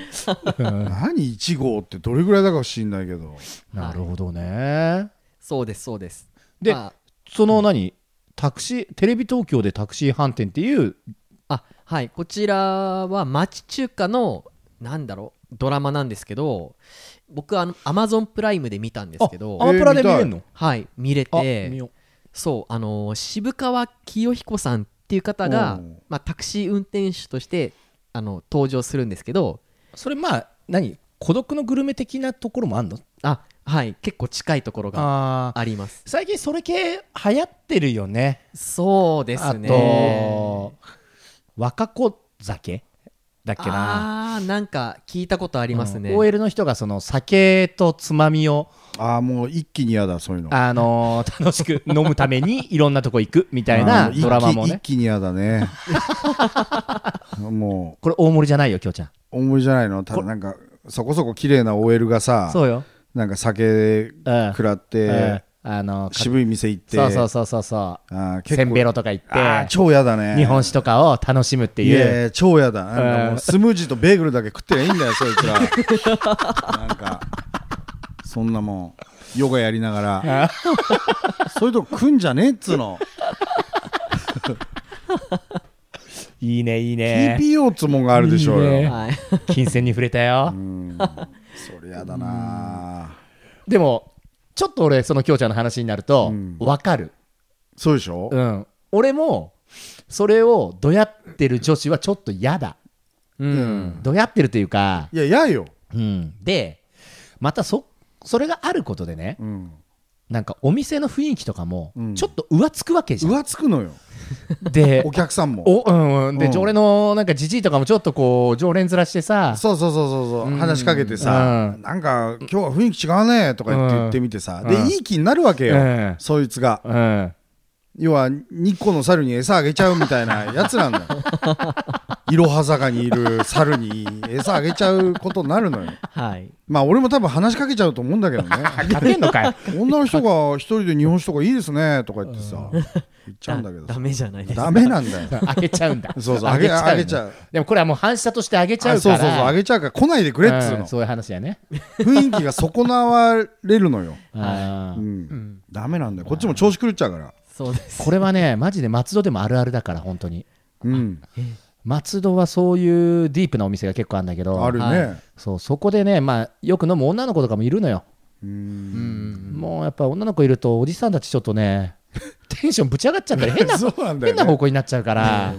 Speaker 5: えや、うん
Speaker 4: 何1号ってどれぐらいだか知んないけど
Speaker 5: なるほどね
Speaker 2: そうですそうです
Speaker 5: で
Speaker 2: ま
Speaker 5: その何タクシーテレビ東京でタクシー飯店っていう
Speaker 2: あ、あはいこちらは町中華のなんだろうドラマなんですけど僕はあのアマゾンプライムで見たんですけ
Speaker 5: ア
Speaker 2: ど
Speaker 5: マプラで見れるの
Speaker 2: はい見れ
Speaker 5: あ
Speaker 2: て
Speaker 5: 見よ
Speaker 2: そうあのー渋川清彦さんっっていう方が
Speaker 4: うん、
Speaker 2: まあ、タクシー運転手としてあの登場するんですけど
Speaker 5: それまあ何孤独のグルメ的なところもあんの
Speaker 2: あはい結構近いところが
Speaker 5: あ
Speaker 2: あります
Speaker 5: 最近それ系流行ってるよね
Speaker 2: そうですね
Speaker 5: あと若子酒だっけな
Speaker 2: あーなんか聞いたことありますね、
Speaker 5: うん OL の人がその酒とつまみを、
Speaker 4: ああもう一気に嫌だそういうの
Speaker 5: あ のー楽しく飲むためにいろんなとこ行くみたいな
Speaker 4: あー一気
Speaker 5: ドラマも
Speaker 4: 一
Speaker 5: ね
Speaker 4: 気に嫌だね も
Speaker 5: これ大盛りじゃないよきょうちゃん
Speaker 4: う大盛りじゃないのただなんかそこそこ綺麗な OL がさ
Speaker 5: そうよ、
Speaker 4: なんか酒
Speaker 5: うん
Speaker 4: 食らっ
Speaker 5: うん
Speaker 4: て
Speaker 5: あのーか
Speaker 4: 渋い店行って
Speaker 5: そうそうそうそうそ
Speaker 4: あー
Speaker 5: う
Speaker 4: 結構
Speaker 5: せんべろとか行っ
Speaker 4: あー
Speaker 5: て
Speaker 4: 超嫌だね
Speaker 5: 日本酒とかを楽しむって
Speaker 4: い
Speaker 5: い
Speaker 4: やいうや超嫌だなんかも
Speaker 5: う
Speaker 4: うんスムージーとベーグルだけ食ってりゃいいんだよそいつらなんかそんなもんヨガやりながらそういうとこ食んじゃねえっつう の
Speaker 5: いいねいいね
Speaker 4: TPO つもんがあるでしょうよ
Speaker 5: いいね
Speaker 2: はい、
Speaker 5: 金銭に触れたよ
Speaker 4: うんそりゃだな
Speaker 5: でもちょっと俺そのきょうちゃんの話になると
Speaker 4: うん
Speaker 5: わかる
Speaker 4: そうでしょ
Speaker 5: うん俺もそれをどやってる女子はちょっと嫌だ
Speaker 2: うん
Speaker 5: どやってるというか
Speaker 4: いや嫌よ
Speaker 5: うんでまたそそれがあることでね
Speaker 4: うん
Speaker 5: なんかお店の雰囲気とかも
Speaker 4: うん
Speaker 5: ちょっと浮つくわけじゃん、
Speaker 4: 浮つくのよ
Speaker 5: で
Speaker 4: お客さんも
Speaker 5: おうんうんで、
Speaker 4: うん
Speaker 5: 常連のなんかじじいとかもちょっとこう常連ずらしてさ
Speaker 4: そうそうそうそうそう話しかけてさ
Speaker 5: うん
Speaker 4: なんか今日は雰囲気違うねとか言っ
Speaker 5: う
Speaker 4: て
Speaker 5: ん
Speaker 4: 言ってみてさ
Speaker 5: うん
Speaker 4: でいい気になるわけ
Speaker 5: う
Speaker 4: よ
Speaker 5: ん
Speaker 4: そいつが
Speaker 5: うん
Speaker 4: 要は日光の猿に餌あげちゃうみたいなやつなんだよいろは坂にいる猿に餌あげちゃうことになるのよ
Speaker 2: はい、
Speaker 4: まあ俺も多分話しかけちゃうと思うんだけどね
Speaker 5: 勝 てん のかよ
Speaker 4: 女の人が一人で日本酒とかいいですねとか言ってさ言っちゃうんだけ ど
Speaker 2: ダ
Speaker 4: さ
Speaker 2: メじゃないですか
Speaker 4: ダメなんだよ
Speaker 5: あげちゃうんだ
Speaker 4: そうそうあげ
Speaker 5: の
Speaker 4: あげちゃう
Speaker 5: でもこれはもう反射としてあげちゃ
Speaker 4: あ
Speaker 5: う
Speaker 4: そ
Speaker 5: か
Speaker 4: うそう
Speaker 5: ら
Speaker 4: そうあげちゃうから来ないでくれっつう
Speaker 5: うん
Speaker 4: の
Speaker 5: そういう話やね
Speaker 4: 雰囲気が損なわれるのよ、
Speaker 5: あ
Speaker 4: う
Speaker 5: ー
Speaker 4: んダメなんだよこっちも調子狂っちゃうから
Speaker 2: そうです
Speaker 5: これはねマジで松戸でもあるあるだから本当に
Speaker 4: うん
Speaker 5: 松戸はそういうディープなお店が結構あるんだけど
Speaker 4: あるね、
Speaker 2: は
Speaker 5: そうそこでね、まあ、よく飲む女の子とかもいるのよ、
Speaker 4: うん
Speaker 2: うん
Speaker 5: もうやっぱ女の子いるとおじさんたちちょっとね テンションぶち上がっちゃったり変な,、
Speaker 4: そうなんだ
Speaker 5: 変
Speaker 4: よ、ね
Speaker 5: な、方向になっちゃうから、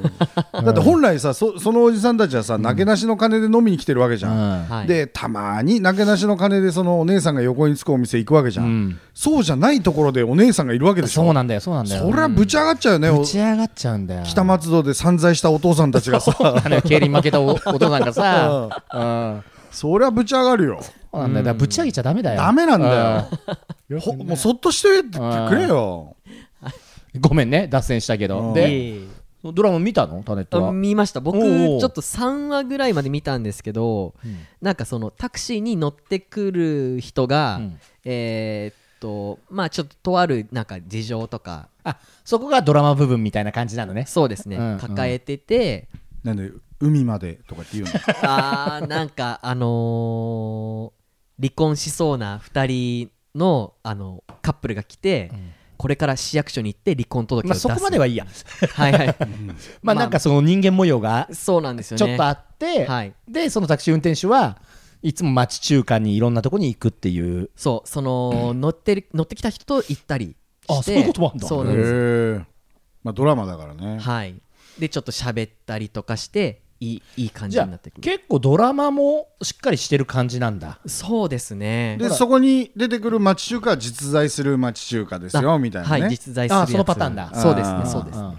Speaker 5: うん
Speaker 4: だって本来さそそのおじさんたちはさなけなしの金で飲みに来てるわけじ
Speaker 5: う
Speaker 4: ゃん、
Speaker 5: ん
Speaker 2: はい、
Speaker 4: でたまになけなしの金でそのお姉さんが横につくお店行くわけじゃん、
Speaker 5: うん
Speaker 4: そうじゃないところでお姉さんがいるわけでしょ
Speaker 5: そうなんだよそうなんだよ
Speaker 4: そりゃぶち上がっちゃうよね、
Speaker 5: ぶ
Speaker 4: お
Speaker 5: ち上がっちゃうんだよ
Speaker 4: 北松戸で散財したお父さんたちがさ
Speaker 5: あの競輪負けたおお父さんが さ、うん
Speaker 4: そりゃぶち上がるよ
Speaker 5: そうなんだよだからぶち上げちゃダメだよ
Speaker 4: ダメなんだよほもうそっとしてってくれよ
Speaker 5: うんごめんね脱線したけ
Speaker 4: うん
Speaker 5: ど
Speaker 2: いえ
Speaker 5: で
Speaker 2: いえ
Speaker 5: ドラマ見たのタネット
Speaker 2: あ
Speaker 5: は
Speaker 2: 見ました僕
Speaker 5: お
Speaker 2: ち
Speaker 5: うおう
Speaker 2: ょっと3話ぐらいまで見たんですけど、
Speaker 5: ん
Speaker 2: なんかそのタクシーに乗ってくる人が、
Speaker 5: うん
Speaker 2: えーっとまあちょっととあるなんか事情とか
Speaker 5: あそこがドラマ部分みたいな感じなのね
Speaker 2: そうですね、
Speaker 5: うんうん
Speaker 2: 抱えてて
Speaker 4: なんで海までとかって言うの
Speaker 2: あーなんかあのー離婚しそうな2人のあのカップルが来て、これから市役所に行って離婚届を
Speaker 5: まあ、
Speaker 2: 出す、
Speaker 5: そ こまではいいや
Speaker 2: はいはい
Speaker 5: まあなんかその人間模様が
Speaker 2: そうなんですよね
Speaker 5: ちょっとあって、
Speaker 2: はい
Speaker 5: でそのタクシー運転手はいつも町中華にいろんなとこに行くっていう
Speaker 2: そうその、乗ってる乗ってきた人と行ったりして
Speaker 5: あそういうこともあんだ
Speaker 2: そうなんですよ
Speaker 4: へえまあドラマだからね
Speaker 2: はいでちょっと喋ったりとかしていいいい感
Speaker 5: じ
Speaker 2: じ
Speaker 5: ゃ
Speaker 2: にな
Speaker 5: あ
Speaker 2: ってきま
Speaker 5: 結構ドラマもしっかりしてる感じなんだ
Speaker 2: すそうですね
Speaker 4: でそこに出てくる町中華は実在する町中華ですよ
Speaker 2: あ
Speaker 4: みたいなね、
Speaker 2: はい
Speaker 4: い、
Speaker 2: 実在するやつ
Speaker 5: あそのパターンだ
Speaker 2: そうです
Speaker 4: あ
Speaker 2: ね
Speaker 4: ー
Speaker 2: そうですね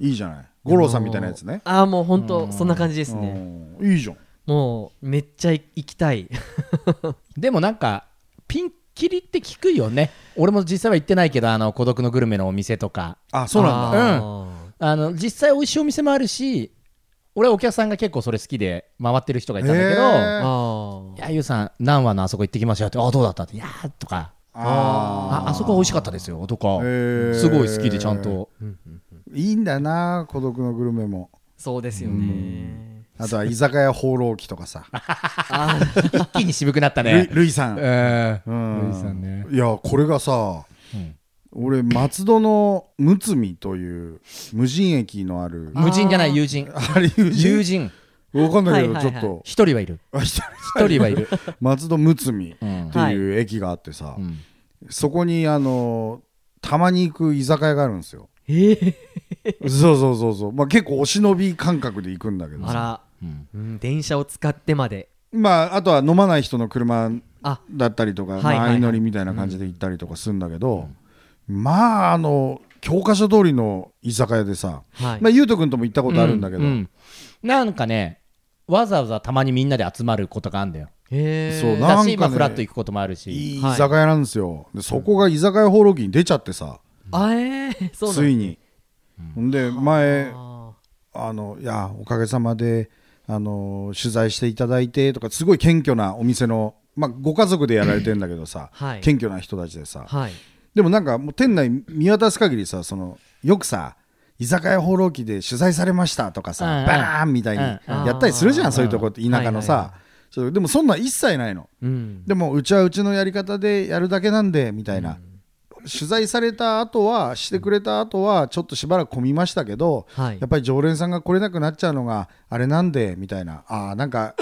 Speaker 5: ん
Speaker 4: いじゃない五郎さんみたいなやつね
Speaker 2: ああもう本当そんな感じですね
Speaker 4: うんいいじゃん
Speaker 2: もうめっちゃ行きたい
Speaker 5: でもなんかピンキリって聞くよね俺も実際は行ってないけどあの孤独のグルメのお店とか
Speaker 4: あそうなんだ
Speaker 2: あ
Speaker 5: あの実際美味しいお店もあるし俺はお客さんが結構それ好きで回ってる人がいたんだけど、
Speaker 4: へ
Speaker 2: ー
Speaker 4: ー
Speaker 2: あ
Speaker 5: いやゆうさん何話のあそこ行ってきましたよってあどうだったっていやーとか
Speaker 4: あ
Speaker 5: ああそこは美味しかったですよとか、
Speaker 4: へー
Speaker 5: すごい好きでちゃんと、
Speaker 4: いいんだよな孤独のグルメも
Speaker 2: そうですよね
Speaker 4: あとは居酒屋放浪記とかさ
Speaker 5: 一気に渋くなった
Speaker 4: ルイ
Speaker 5: ね。
Speaker 4: ルイさ、
Speaker 5: うんん。
Speaker 4: うん
Speaker 5: ルイさんね
Speaker 4: いやこれがさ、
Speaker 5: ん
Speaker 4: 俺松戸の睦美という無人駅のある
Speaker 5: 無人じゃない友人。
Speaker 4: あれ友 人
Speaker 5: 友人。
Speaker 4: わかんないけど、
Speaker 2: はいはいはい
Speaker 4: ちょっ
Speaker 5: 一人はいる。
Speaker 4: とあ 一人
Speaker 5: 一人はいる。
Speaker 4: 松戸睦美
Speaker 5: う
Speaker 4: っ
Speaker 5: ん
Speaker 4: ていう駅があってさ、
Speaker 5: うん
Speaker 4: そこにあのたまに行く居酒屋があるんですよ
Speaker 2: ええ
Speaker 4: そうそうそうそう、まあ、結構お忍び感覚で行くんだけど
Speaker 2: あ
Speaker 4: さ
Speaker 2: ら、
Speaker 5: うん
Speaker 2: うん、電車を使ってまで
Speaker 4: まあ、あとは飲まない人の車
Speaker 2: あ
Speaker 4: だったりとか
Speaker 2: い
Speaker 4: まあ
Speaker 2: はいはい
Speaker 4: 相乗りみたいな感じで行ったりとかするんだけど、まああの教科書通りの居酒屋でさ、
Speaker 2: はい、
Speaker 4: まあ、ゆうとくんとも行ったことあるんだけど、
Speaker 5: ううんなんかねわざわざたまにみんなで集まることがあるんだよ
Speaker 2: へえ
Speaker 4: そうな
Speaker 5: だ
Speaker 4: んかね
Speaker 5: し今フラッと行くこともあるし
Speaker 4: いい居酒屋なんですよ、でそこが居酒屋放浪記に出ちゃってさ、
Speaker 2: あえー、そうなん
Speaker 4: ついに。ほんで前
Speaker 2: あ
Speaker 4: あのいやおかげさまであの取材していただいてとかすごい謙虚なお店の、まあ、ご家族でやられてんだけどさ、
Speaker 2: はい
Speaker 4: 謙虚な人たちでさ、
Speaker 2: ーはい
Speaker 4: でもなんかもう店内見渡す限りさそのよくさ居酒屋放浪記で取材されましたとかさ、
Speaker 5: うんうん
Speaker 4: バーンみたいに
Speaker 5: うん
Speaker 2: うん
Speaker 4: やったりするじゃん、
Speaker 2: うん
Speaker 4: そういうとこって田舎のさ、
Speaker 2: はいはいは
Speaker 4: そうでもそんなん一切ないの
Speaker 2: うん
Speaker 4: でもうちはうちのやり方でやるだけなんでみたいな、取材された後はしてくれた後はちょっとしばらく混みましたけど、
Speaker 2: はい
Speaker 4: やっぱり常連さんが来れなくなっちゃうのがあれなんでみたいなあーなんか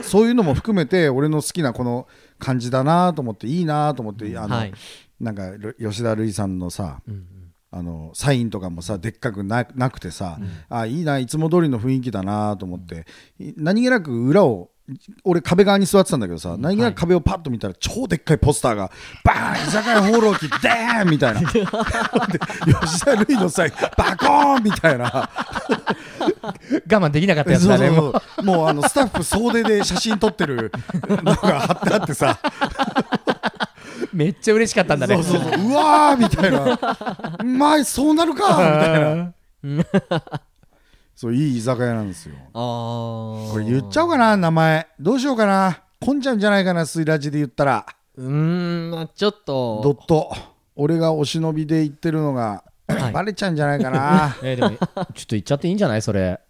Speaker 4: そういうのも含めて俺の好きなこの感じだなと思っていいなと思って、あの
Speaker 2: はい
Speaker 4: なんかろ吉田類さんのさ、
Speaker 2: うん
Speaker 4: あのサインとかもさでっかくななくてさ、あいいないつも通りの雰囲気だなと思って、い何気なく裏を俺壁側に座ってたんだけどさ何気なく壁をパッと見たら超でっかいポスターがバーン居酒屋放浪記で ーんみたいなで吉田類のサインバコーンみたいな
Speaker 5: 我慢できなかった
Speaker 4: そう
Speaker 5: やつ
Speaker 4: そう
Speaker 5: だね
Speaker 4: そ
Speaker 5: も
Speaker 4: うもうあのスタッフ総出で写真撮ってるのが貼ってあってさ
Speaker 5: うめっちゃ嬉しかったんだね
Speaker 4: そうそうそううわーみたいなうまいそうなるかみたいな そういい居酒屋なんですよ
Speaker 2: あー
Speaker 4: これ言っちゃおうかな名前どうしようかなこんちゃうんじゃないかなスイラジで言ったら
Speaker 2: うーんまあちょっ
Speaker 4: ド
Speaker 2: と
Speaker 4: ット俺がお忍びで言ってるのが、
Speaker 2: はい
Speaker 4: バレちゃうんじゃないかな
Speaker 5: えーでもちょっと言っちゃっていいんじゃないそれ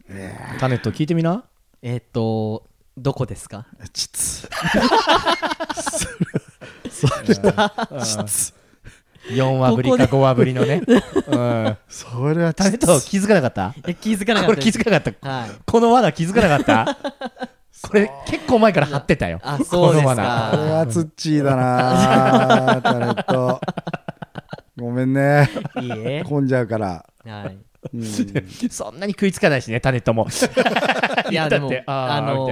Speaker 5: タネット聞いてみな
Speaker 2: えっ、とどこですか
Speaker 4: ちつ
Speaker 5: 4話ぶりか5話ぶりのね、うん、
Speaker 4: それは
Speaker 5: タネット気づかなか った
Speaker 2: え気づかなか
Speaker 5: こ
Speaker 2: った
Speaker 5: れ 気
Speaker 2: です
Speaker 5: づかなかった
Speaker 2: はい
Speaker 5: この罠気づかな かったこれ結構前から張ってたよ
Speaker 2: あそうです
Speaker 5: この
Speaker 4: これ
Speaker 2: か
Speaker 4: はツッチーだなタレットごめんね
Speaker 2: いいえ
Speaker 4: 混んじゃうから、
Speaker 2: はい
Speaker 4: うん
Speaker 5: そんなに食いつかないしねタネットも
Speaker 2: いやでも
Speaker 5: だってあー
Speaker 2: あの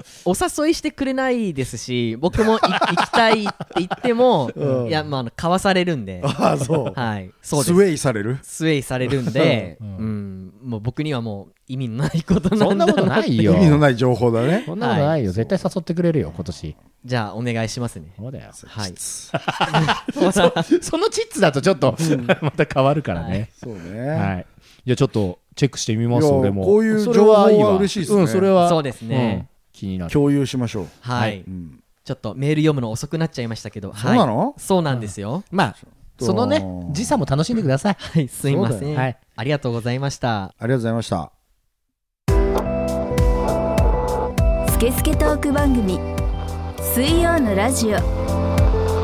Speaker 2: ーお誘いしてくれないですし僕もい行きたいって言っても、いやまああの買わされるんで、
Speaker 4: ああそう
Speaker 2: はい、そう
Speaker 4: ス
Speaker 2: です
Speaker 4: ウェイされる
Speaker 2: スウェイされるんで、うんもう僕にはもう意味のないことなんだ
Speaker 5: そんなことない
Speaker 4: 意
Speaker 5: よ
Speaker 4: 味のない情報だね
Speaker 5: そんなことないよ絶対誘ってくれるよ今年
Speaker 2: じゃあお願いしますね
Speaker 5: そうだよ
Speaker 2: はい
Speaker 5: そのチッツだとちょっと また変わるからね
Speaker 4: そう
Speaker 5: はい、
Speaker 4: ね、
Speaker 5: じゃあちょっとチェックしてみます
Speaker 4: いや
Speaker 5: 俺も
Speaker 4: こういう
Speaker 5: それはいい
Speaker 4: 情報
Speaker 5: わ
Speaker 4: は嬉しいですね
Speaker 5: うんそれ は
Speaker 2: そうですね
Speaker 5: うん気になる
Speaker 4: 共有しましょう、
Speaker 2: はい、
Speaker 5: はい
Speaker 4: うん、
Speaker 2: ちょっとメール読むの遅くなっちゃいましたけど
Speaker 4: そうなの、
Speaker 2: はい、そうなんですよ、
Speaker 5: まあ
Speaker 4: と
Speaker 5: そのね時差も楽しんでください
Speaker 2: はいすいま
Speaker 4: そうだ
Speaker 2: せん、
Speaker 5: よはい
Speaker 2: ありがとうございました
Speaker 4: ありがとうございました
Speaker 1: スケスケトーク番組水曜のラジオ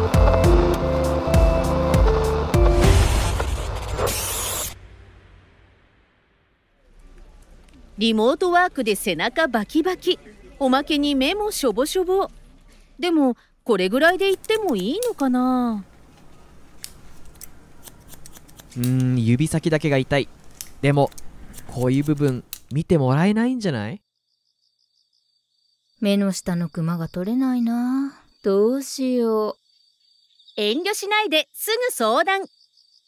Speaker 3: リモートワークで背中バキバキおまけに目もしょぼしょぼでもこれぐらいで言ってもいいのかな
Speaker 2: うーん指先だけが痛いでもこういう部分見てもらえないんじゃない
Speaker 1: 目の下のクマが取れないなどうしよ
Speaker 3: 遠慮しないですぐ相談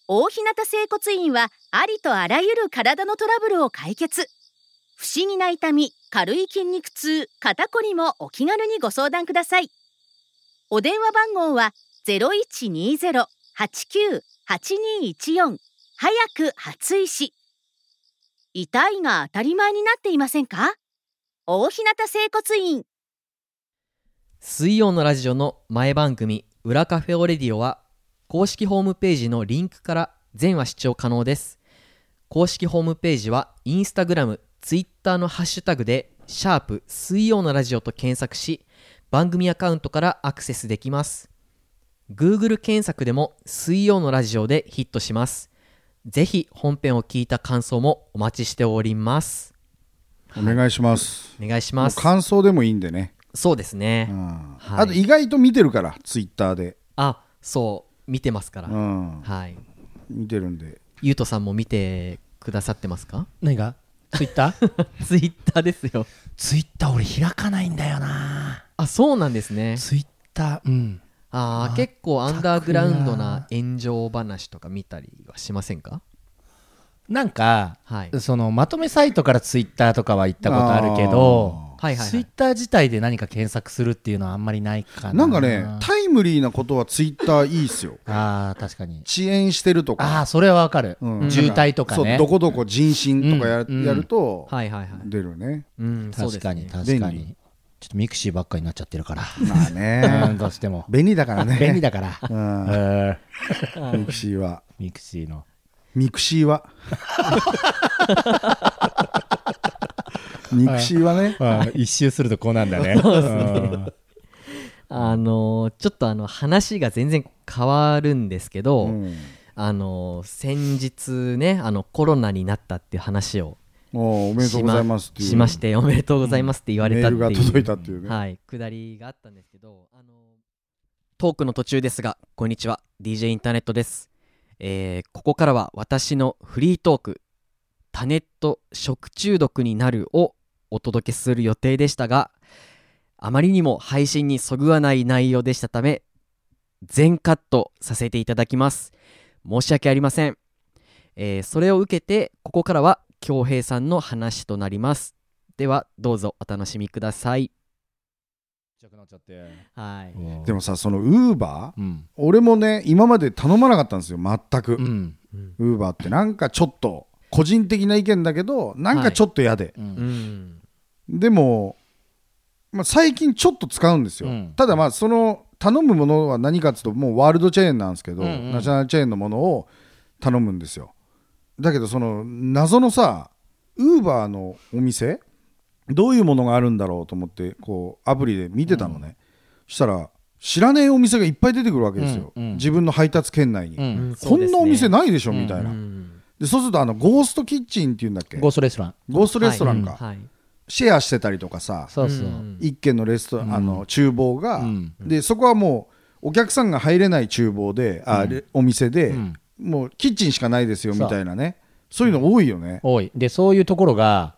Speaker 3: 大日向整骨院はありとあらゆる体のトラブルを解決不思議な痛み軽い筋肉痛肩こりもお気軽にご相談くださいお電話番号は0120-89-8214早く初医師痛いが当たり前になっていませんか大日向整骨院
Speaker 2: 水曜のラジオの前番組「裏カフェオレディオ」は公式ホームページのリンクから全話視聴可能です公式ホームページはインスタグラムツイッターのハッシュタグで「シャープ水曜のラジオ」と検索し番組アカウントからアクセスできます Google 検索でも「水曜のラジオ」でヒットしますぜひ本編を聞いた感想もお待ちしております
Speaker 4: お願いします、
Speaker 2: お願いし
Speaker 4: も
Speaker 2: ま
Speaker 4: う
Speaker 2: す
Speaker 4: 感想でもいいんでね、
Speaker 2: そうですね、
Speaker 4: うん
Speaker 2: はい
Speaker 4: あと意外と見てるからツイッターで、
Speaker 2: あそう見てますから、
Speaker 4: うん
Speaker 2: はい
Speaker 4: 見てるんで
Speaker 2: ゆうとさんも見てくださってますか
Speaker 5: 何がツイッタ ー
Speaker 2: ツイッターですよ
Speaker 5: ツイッター俺開かないんだよな
Speaker 2: あそうなんですね
Speaker 5: ツイッターうん
Speaker 2: あー
Speaker 5: あ
Speaker 2: 結構アンダーグラウンドな炎上話とか見たりはしませんか
Speaker 5: なんか、
Speaker 2: はい
Speaker 5: そのまとめサイトからツイッターとかは行ったことあるけど
Speaker 2: はいはい
Speaker 5: ツ
Speaker 2: は
Speaker 5: イ
Speaker 2: い
Speaker 5: ッター自体で何か検索するっていうのはあんまりないかな
Speaker 4: なんかねタイムリーなことはツイッターいいっすよ
Speaker 5: あー確かに
Speaker 4: 遅延してるとか
Speaker 5: ああそれはわかる、
Speaker 4: うん
Speaker 5: 渋滞とか
Speaker 4: そう
Speaker 5: ね
Speaker 4: どこどこ人身とかや,、
Speaker 5: うん
Speaker 4: やると
Speaker 2: はいはいはい
Speaker 4: 出るね、
Speaker 2: うんそうです
Speaker 5: 確かに
Speaker 2: ね
Speaker 5: 確か
Speaker 4: 便
Speaker 5: にちょっとミクシーばっかりになっちゃってる から
Speaker 4: まあ
Speaker 5: うん
Speaker 4: ね
Speaker 5: どうしても
Speaker 4: 便利だから ね
Speaker 5: 便利だから
Speaker 4: う
Speaker 5: うんん
Speaker 4: ミクシーは
Speaker 5: ミクシーの
Speaker 4: ミクシ ーはミクシーはね
Speaker 5: 一周するとこうなんだ ね
Speaker 2: あのーちょっとあの話が全然変わるんですけど、
Speaker 4: うん
Speaker 2: あのー先日ねあのコロナになったっていう話を
Speaker 4: おうおめでとうございますっていう
Speaker 2: しましておめでとうございますって言われ
Speaker 4: メ
Speaker 2: たっ
Speaker 4: ー
Speaker 2: てい
Speaker 4: ル
Speaker 2: う
Speaker 4: が届いたっていうね、
Speaker 2: はい、下りがあったんですけど、あのトークの途中ですが、こんにちは、DJ インターネットです。えーここからは私のフリートーク、タネット食中毒になるをお届けする予定でしたが、あまりにも配信にそぐわない内容でしたため、全カットさせていただきます。申し訳ありません。えーそれを受けて、ここからは恭平さんの話となります。では、どうぞお楽しみください。はい。
Speaker 4: でもさそのウーバー
Speaker 5: うん
Speaker 4: 俺もね今まで頼まなかったんですよ全く
Speaker 5: うん
Speaker 4: ウーバーってなんかちょっと個人的な意見だけどなんかちょっと嫌で、
Speaker 5: うん
Speaker 2: ん。
Speaker 4: でも、まあ、最近ちょっと使うんですよ、
Speaker 5: うん
Speaker 4: ただまあその頼むものは何かっていうともうワールドチェーンなんですけど、
Speaker 5: うんうん
Speaker 4: ナショナルチェーンのものを頼むんですよだけどその謎のさウーバーのお店どういうものがあるんだろうと思ってこうアプリで見てたのね、そしたら知らねえお店がいっぱい出てくるわけですよ、
Speaker 5: うんうん
Speaker 4: 自分の配達圏内に、
Speaker 5: うん
Speaker 4: こんなお店ないでしょ、みたいな、
Speaker 2: うん
Speaker 4: でそうするとあのゴーストキッチンっていうんだっけ
Speaker 5: ゴーストレストラン
Speaker 4: ゴーストレストランか、
Speaker 2: はい。
Speaker 4: シェアしてたりとかさ
Speaker 5: そうそう
Speaker 4: 一軒のレストラン、あの厨房が、
Speaker 5: うん
Speaker 4: でそこはもうお客さんが入れない厨房であ、レお店で、
Speaker 5: うん
Speaker 4: もうキッチンしかないですよ
Speaker 5: そう
Speaker 4: みたいなねそういうの多いよね、
Speaker 5: 多いでそういうところが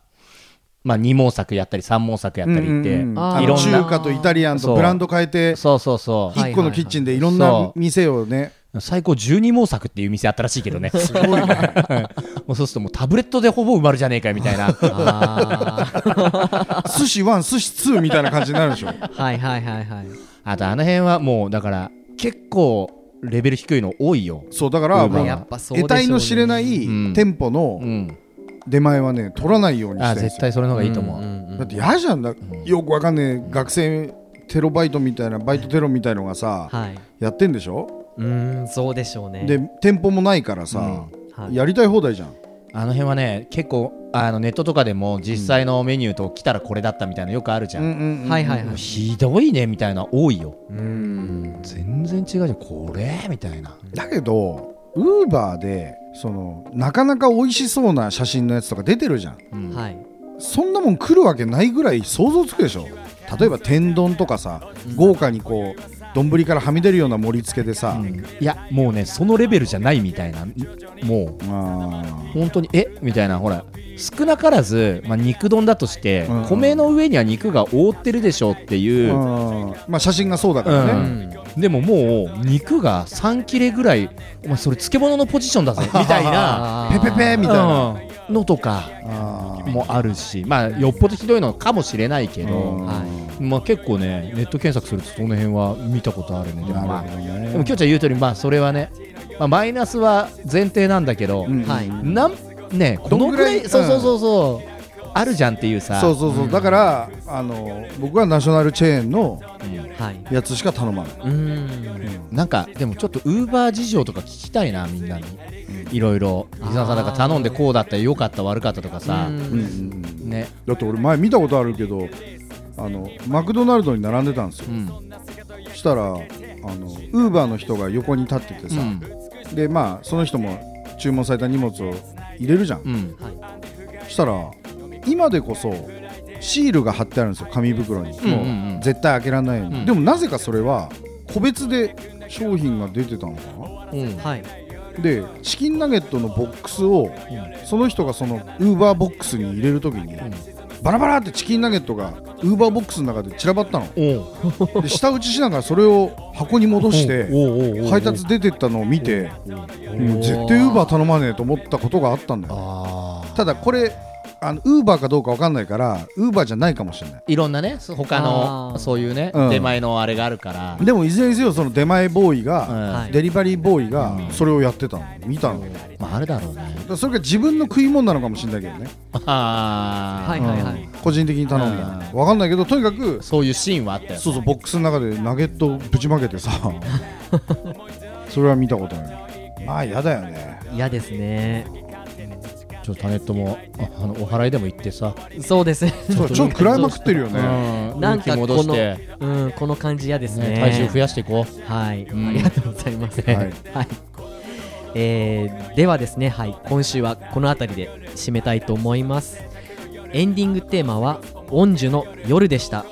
Speaker 5: まあ二毛作やったり三毛作やったりっ
Speaker 4: う
Speaker 5: て
Speaker 4: んうんうん
Speaker 2: あ
Speaker 4: あ
Speaker 5: い
Speaker 4: の
Speaker 5: ろん
Speaker 4: 中
Speaker 5: な
Speaker 4: 華とイタリアン
Speaker 5: そ
Speaker 4: と
Speaker 5: う
Speaker 4: ブランド変えて
Speaker 5: そうそうそ
Speaker 2: はい
Speaker 4: 一個のキッチンでいろんな
Speaker 5: そう
Speaker 4: 店 をね
Speaker 5: う最高十二毛作っていう店あったらしいけど ね
Speaker 4: すごいね
Speaker 5: もうそうするともうタブレットでほぼ埋まるじゃねえかよみた いな
Speaker 2: あ
Speaker 4: 寿司1寿司2みたいな感じにな るでしょ
Speaker 2: ーはいはいはいはい。
Speaker 5: あとあの辺はもうだから結構レベル低いの多いよ
Speaker 4: そうだから、
Speaker 5: うん
Speaker 4: ま
Speaker 2: や
Speaker 4: あ
Speaker 2: っぱそうでしょうね
Speaker 4: 得体の知れない
Speaker 5: うん
Speaker 4: 店舗
Speaker 5: う
Speaker 4: の
Speaker 5: ん
Speaker 4: 出前はね取らないようにし
Speaker 5: ああ
Speaker 4: てるんです
Speaker 5: 絶
Speaker 4: よ
Speaker 5: 対それの方がいいと 思う、
Speaker 2: んん
Speaker 4: だって嫌じゃんだ、よくわかんねえ学生テロバイトみたいなバイトテロみたいのがさ、
Speaker 2: はい。
Speaker 4: やってんでしょ、
Speaker 2: うーん、そうでしょうね。
Speaker 4: で店舗もないからさ、
Speaker 2: はい、
Speaker 4: やりたい放題じゃん
Speaker 5: あの辺はね結構あのネットとかでも実際のメニューと来たらこれだったみたいなのよくあるじゃん、
Speaker 2: はいはいはい。
Speaker 5: ひどいねみたいな多いよ
Speaker 2: うん。
Speaker 5: 全然違うじゃんこれみたいな
Speaker 4: だけどウーバーでそのなかなか美味しそうな写真のやつとか出てるじゃん
Speaker 2: はい。
Speaker 4: そんなもん来るわけないぐらい想像つくでしょ例えば天丼とかさ豪華にこう丼からはみ出るような盛り付けでさ、
Speaker 5: いやもうねそのレベルじゃないみたいなんもう
Speaker 4: あ
Speaker 5: 本当にえみたいなほら少なからず、まあ、肉丼だとして、
Speaker 4: うん
Speaker 5: 米の上には肉が覆ってるでしょうってい
Speaker 4: ー
Speaker 5: う、
Speaker 4: うんまあ写真がそうだからね、
Speaker 5: う
Speaker 2: うんん。
Speaker 5: でももう肉が3切れぐらいお前それ漬物のポジションだぞみたいな
Speaker 2: あ
Speaker 4: ペペペ みたいな、
Speaker 5: うんのとか
Speaker 4: あー
Speaker 5: もあるしまあよっぽどひどいのかもしれないけ
Speaker 4: うん
Speaker 5: ど、まあ、結構ねネット検索するとその辺は見たことあるねでもま
Speaker 4: な
Speaker 5: あ
Speaker 4: るほど
Speaker 5: で
Speaker 4: ね
Speaker 5: もきょうちゃん言う通りまあそれはね、まあ、マイナスは前提なんだけど、
Speaker 4: うん
Speaker 2: はい。
Speaker 5: なんねこのぐらい
Speaker 4: どんぐらい
Speaker 5: そうそうそうそう、あるじゃんっていうさ
Speaker 4: そうそうそうだからあの僕はナショナルチェーンの
Speaker 5: うん
Speaker 2: はい。
Speaker 4: やつしか頼まない
Speaker 2: うん。
Speaker 5: なんかでもちょっとウーバー事情とか聞きたいなみんなにいろいろ伊沢さんなんか頼んでこうだったよかった悪かったとかさ、
Speaker 2: うん
Speaker 4: だ
Speaker 5: ね
Speaker 4: って俺前見たことあるけどあのマクドナルドに並んでたんですよ
Speaker 5: うん
Speaker 4: そしたらあのウーバーの人が横に立ってて
Speaker 5: う
Speaker 4: さ、
Speaker 5: ん
Speaker 4: でまあその人も注文された荷物を入れるじゃん、
Speaker 5: うん
Speaker 4: そしたら今でこそシールが貼ってあるんですよ紙袋に、
Speaker 5: んうんうん
Speaker 4: もう絶対開けられないように、
Speaker 5: うん
Speaker 4: でもなぜかそれは個別で商品が出てたのかな
Speaker 5: うん
Speaker 2: はい。
Speaker 4: でチキンナゲットのボックスを、その人がそのウーバーボックスに入れるときに、バラバラってチキンナゲットがウーバーボックスの中で散らばったの
Speaker 5: おう
Speaker 4: で下打ちしながらそれを箱に戻して
Speaker 5: おうおうおうおう
Speaker 4: 配達出てったのを見て、うん絶対ウーバー頼まねえと思ったことがあったんだよ
Speaker 5: あー
Speaker 4: ただこれあのウーバーかどうかわかんないからウーバーじゃないかもしれない
Speaker 5: いろんなねそ他
Speaker 2: あー
Speaker 5: のそういうね、
Speaker 4: うん
Speaker 5: 出前のあれがあるから、
Speaker 4: でもいずれにせよその出前ボーイが、
Speaker 5: うん
Speaker 2: はい
Speaker 4: デリバリーボーイがそれをやってたの見たのだか
Speaker 5: まああれだ ろうね
Speaker 4: らそれが自分の食い物なのかもしれないけどね
Speaker 5: あー
Speaker 2: はいはいはい
Speaker 4: 個人的に頼んだわかんないけどとにかく
Speaker 5: そういうシーンはあったよ
Speaker 4: そうそうボックスの中でナゲットをぶちまけてさそれは見たことないまあ嫌だよね
Speaker 2: 嫌ですね
Speaker 5: ちょっとタネットもああのお祓いでも行ってさ、
Speaker 2: そうですね
Speaker 4: そうちょっと食らいまくってるよね
Speaker 5: う
Speaker 2: なん
Speaker 5: 運気
Speaker 2: かこ
Speaker 5: 戻し
Speaker 2: の
Speaker 5: て、
Speaker 2: うんこの感じ嫌ですね
Speaker 5: ね、体重増やしていこ
Speaker 2: はい、
Speaker 5: うん
Speaker 2: ありがとうございます。
Speaker 4: はい
Speaker 2: はいえーではですね、はい、今週はこの辺りで締めたいと思います。エンディングテーマは「オンジュの夜」でした。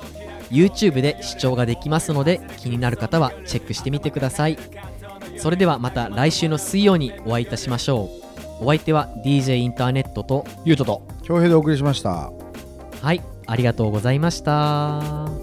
Speaker 2: YouTube で視聴ができますので気になる方はチェックしてみてください。それではまた来週の水曜にお会いいたしましょう。お相手は DJ インターネットと
Speaker 5: うゆうとと
Speaker 4: 恭平でお送りしました
Speaker 2: はいありがとうございました。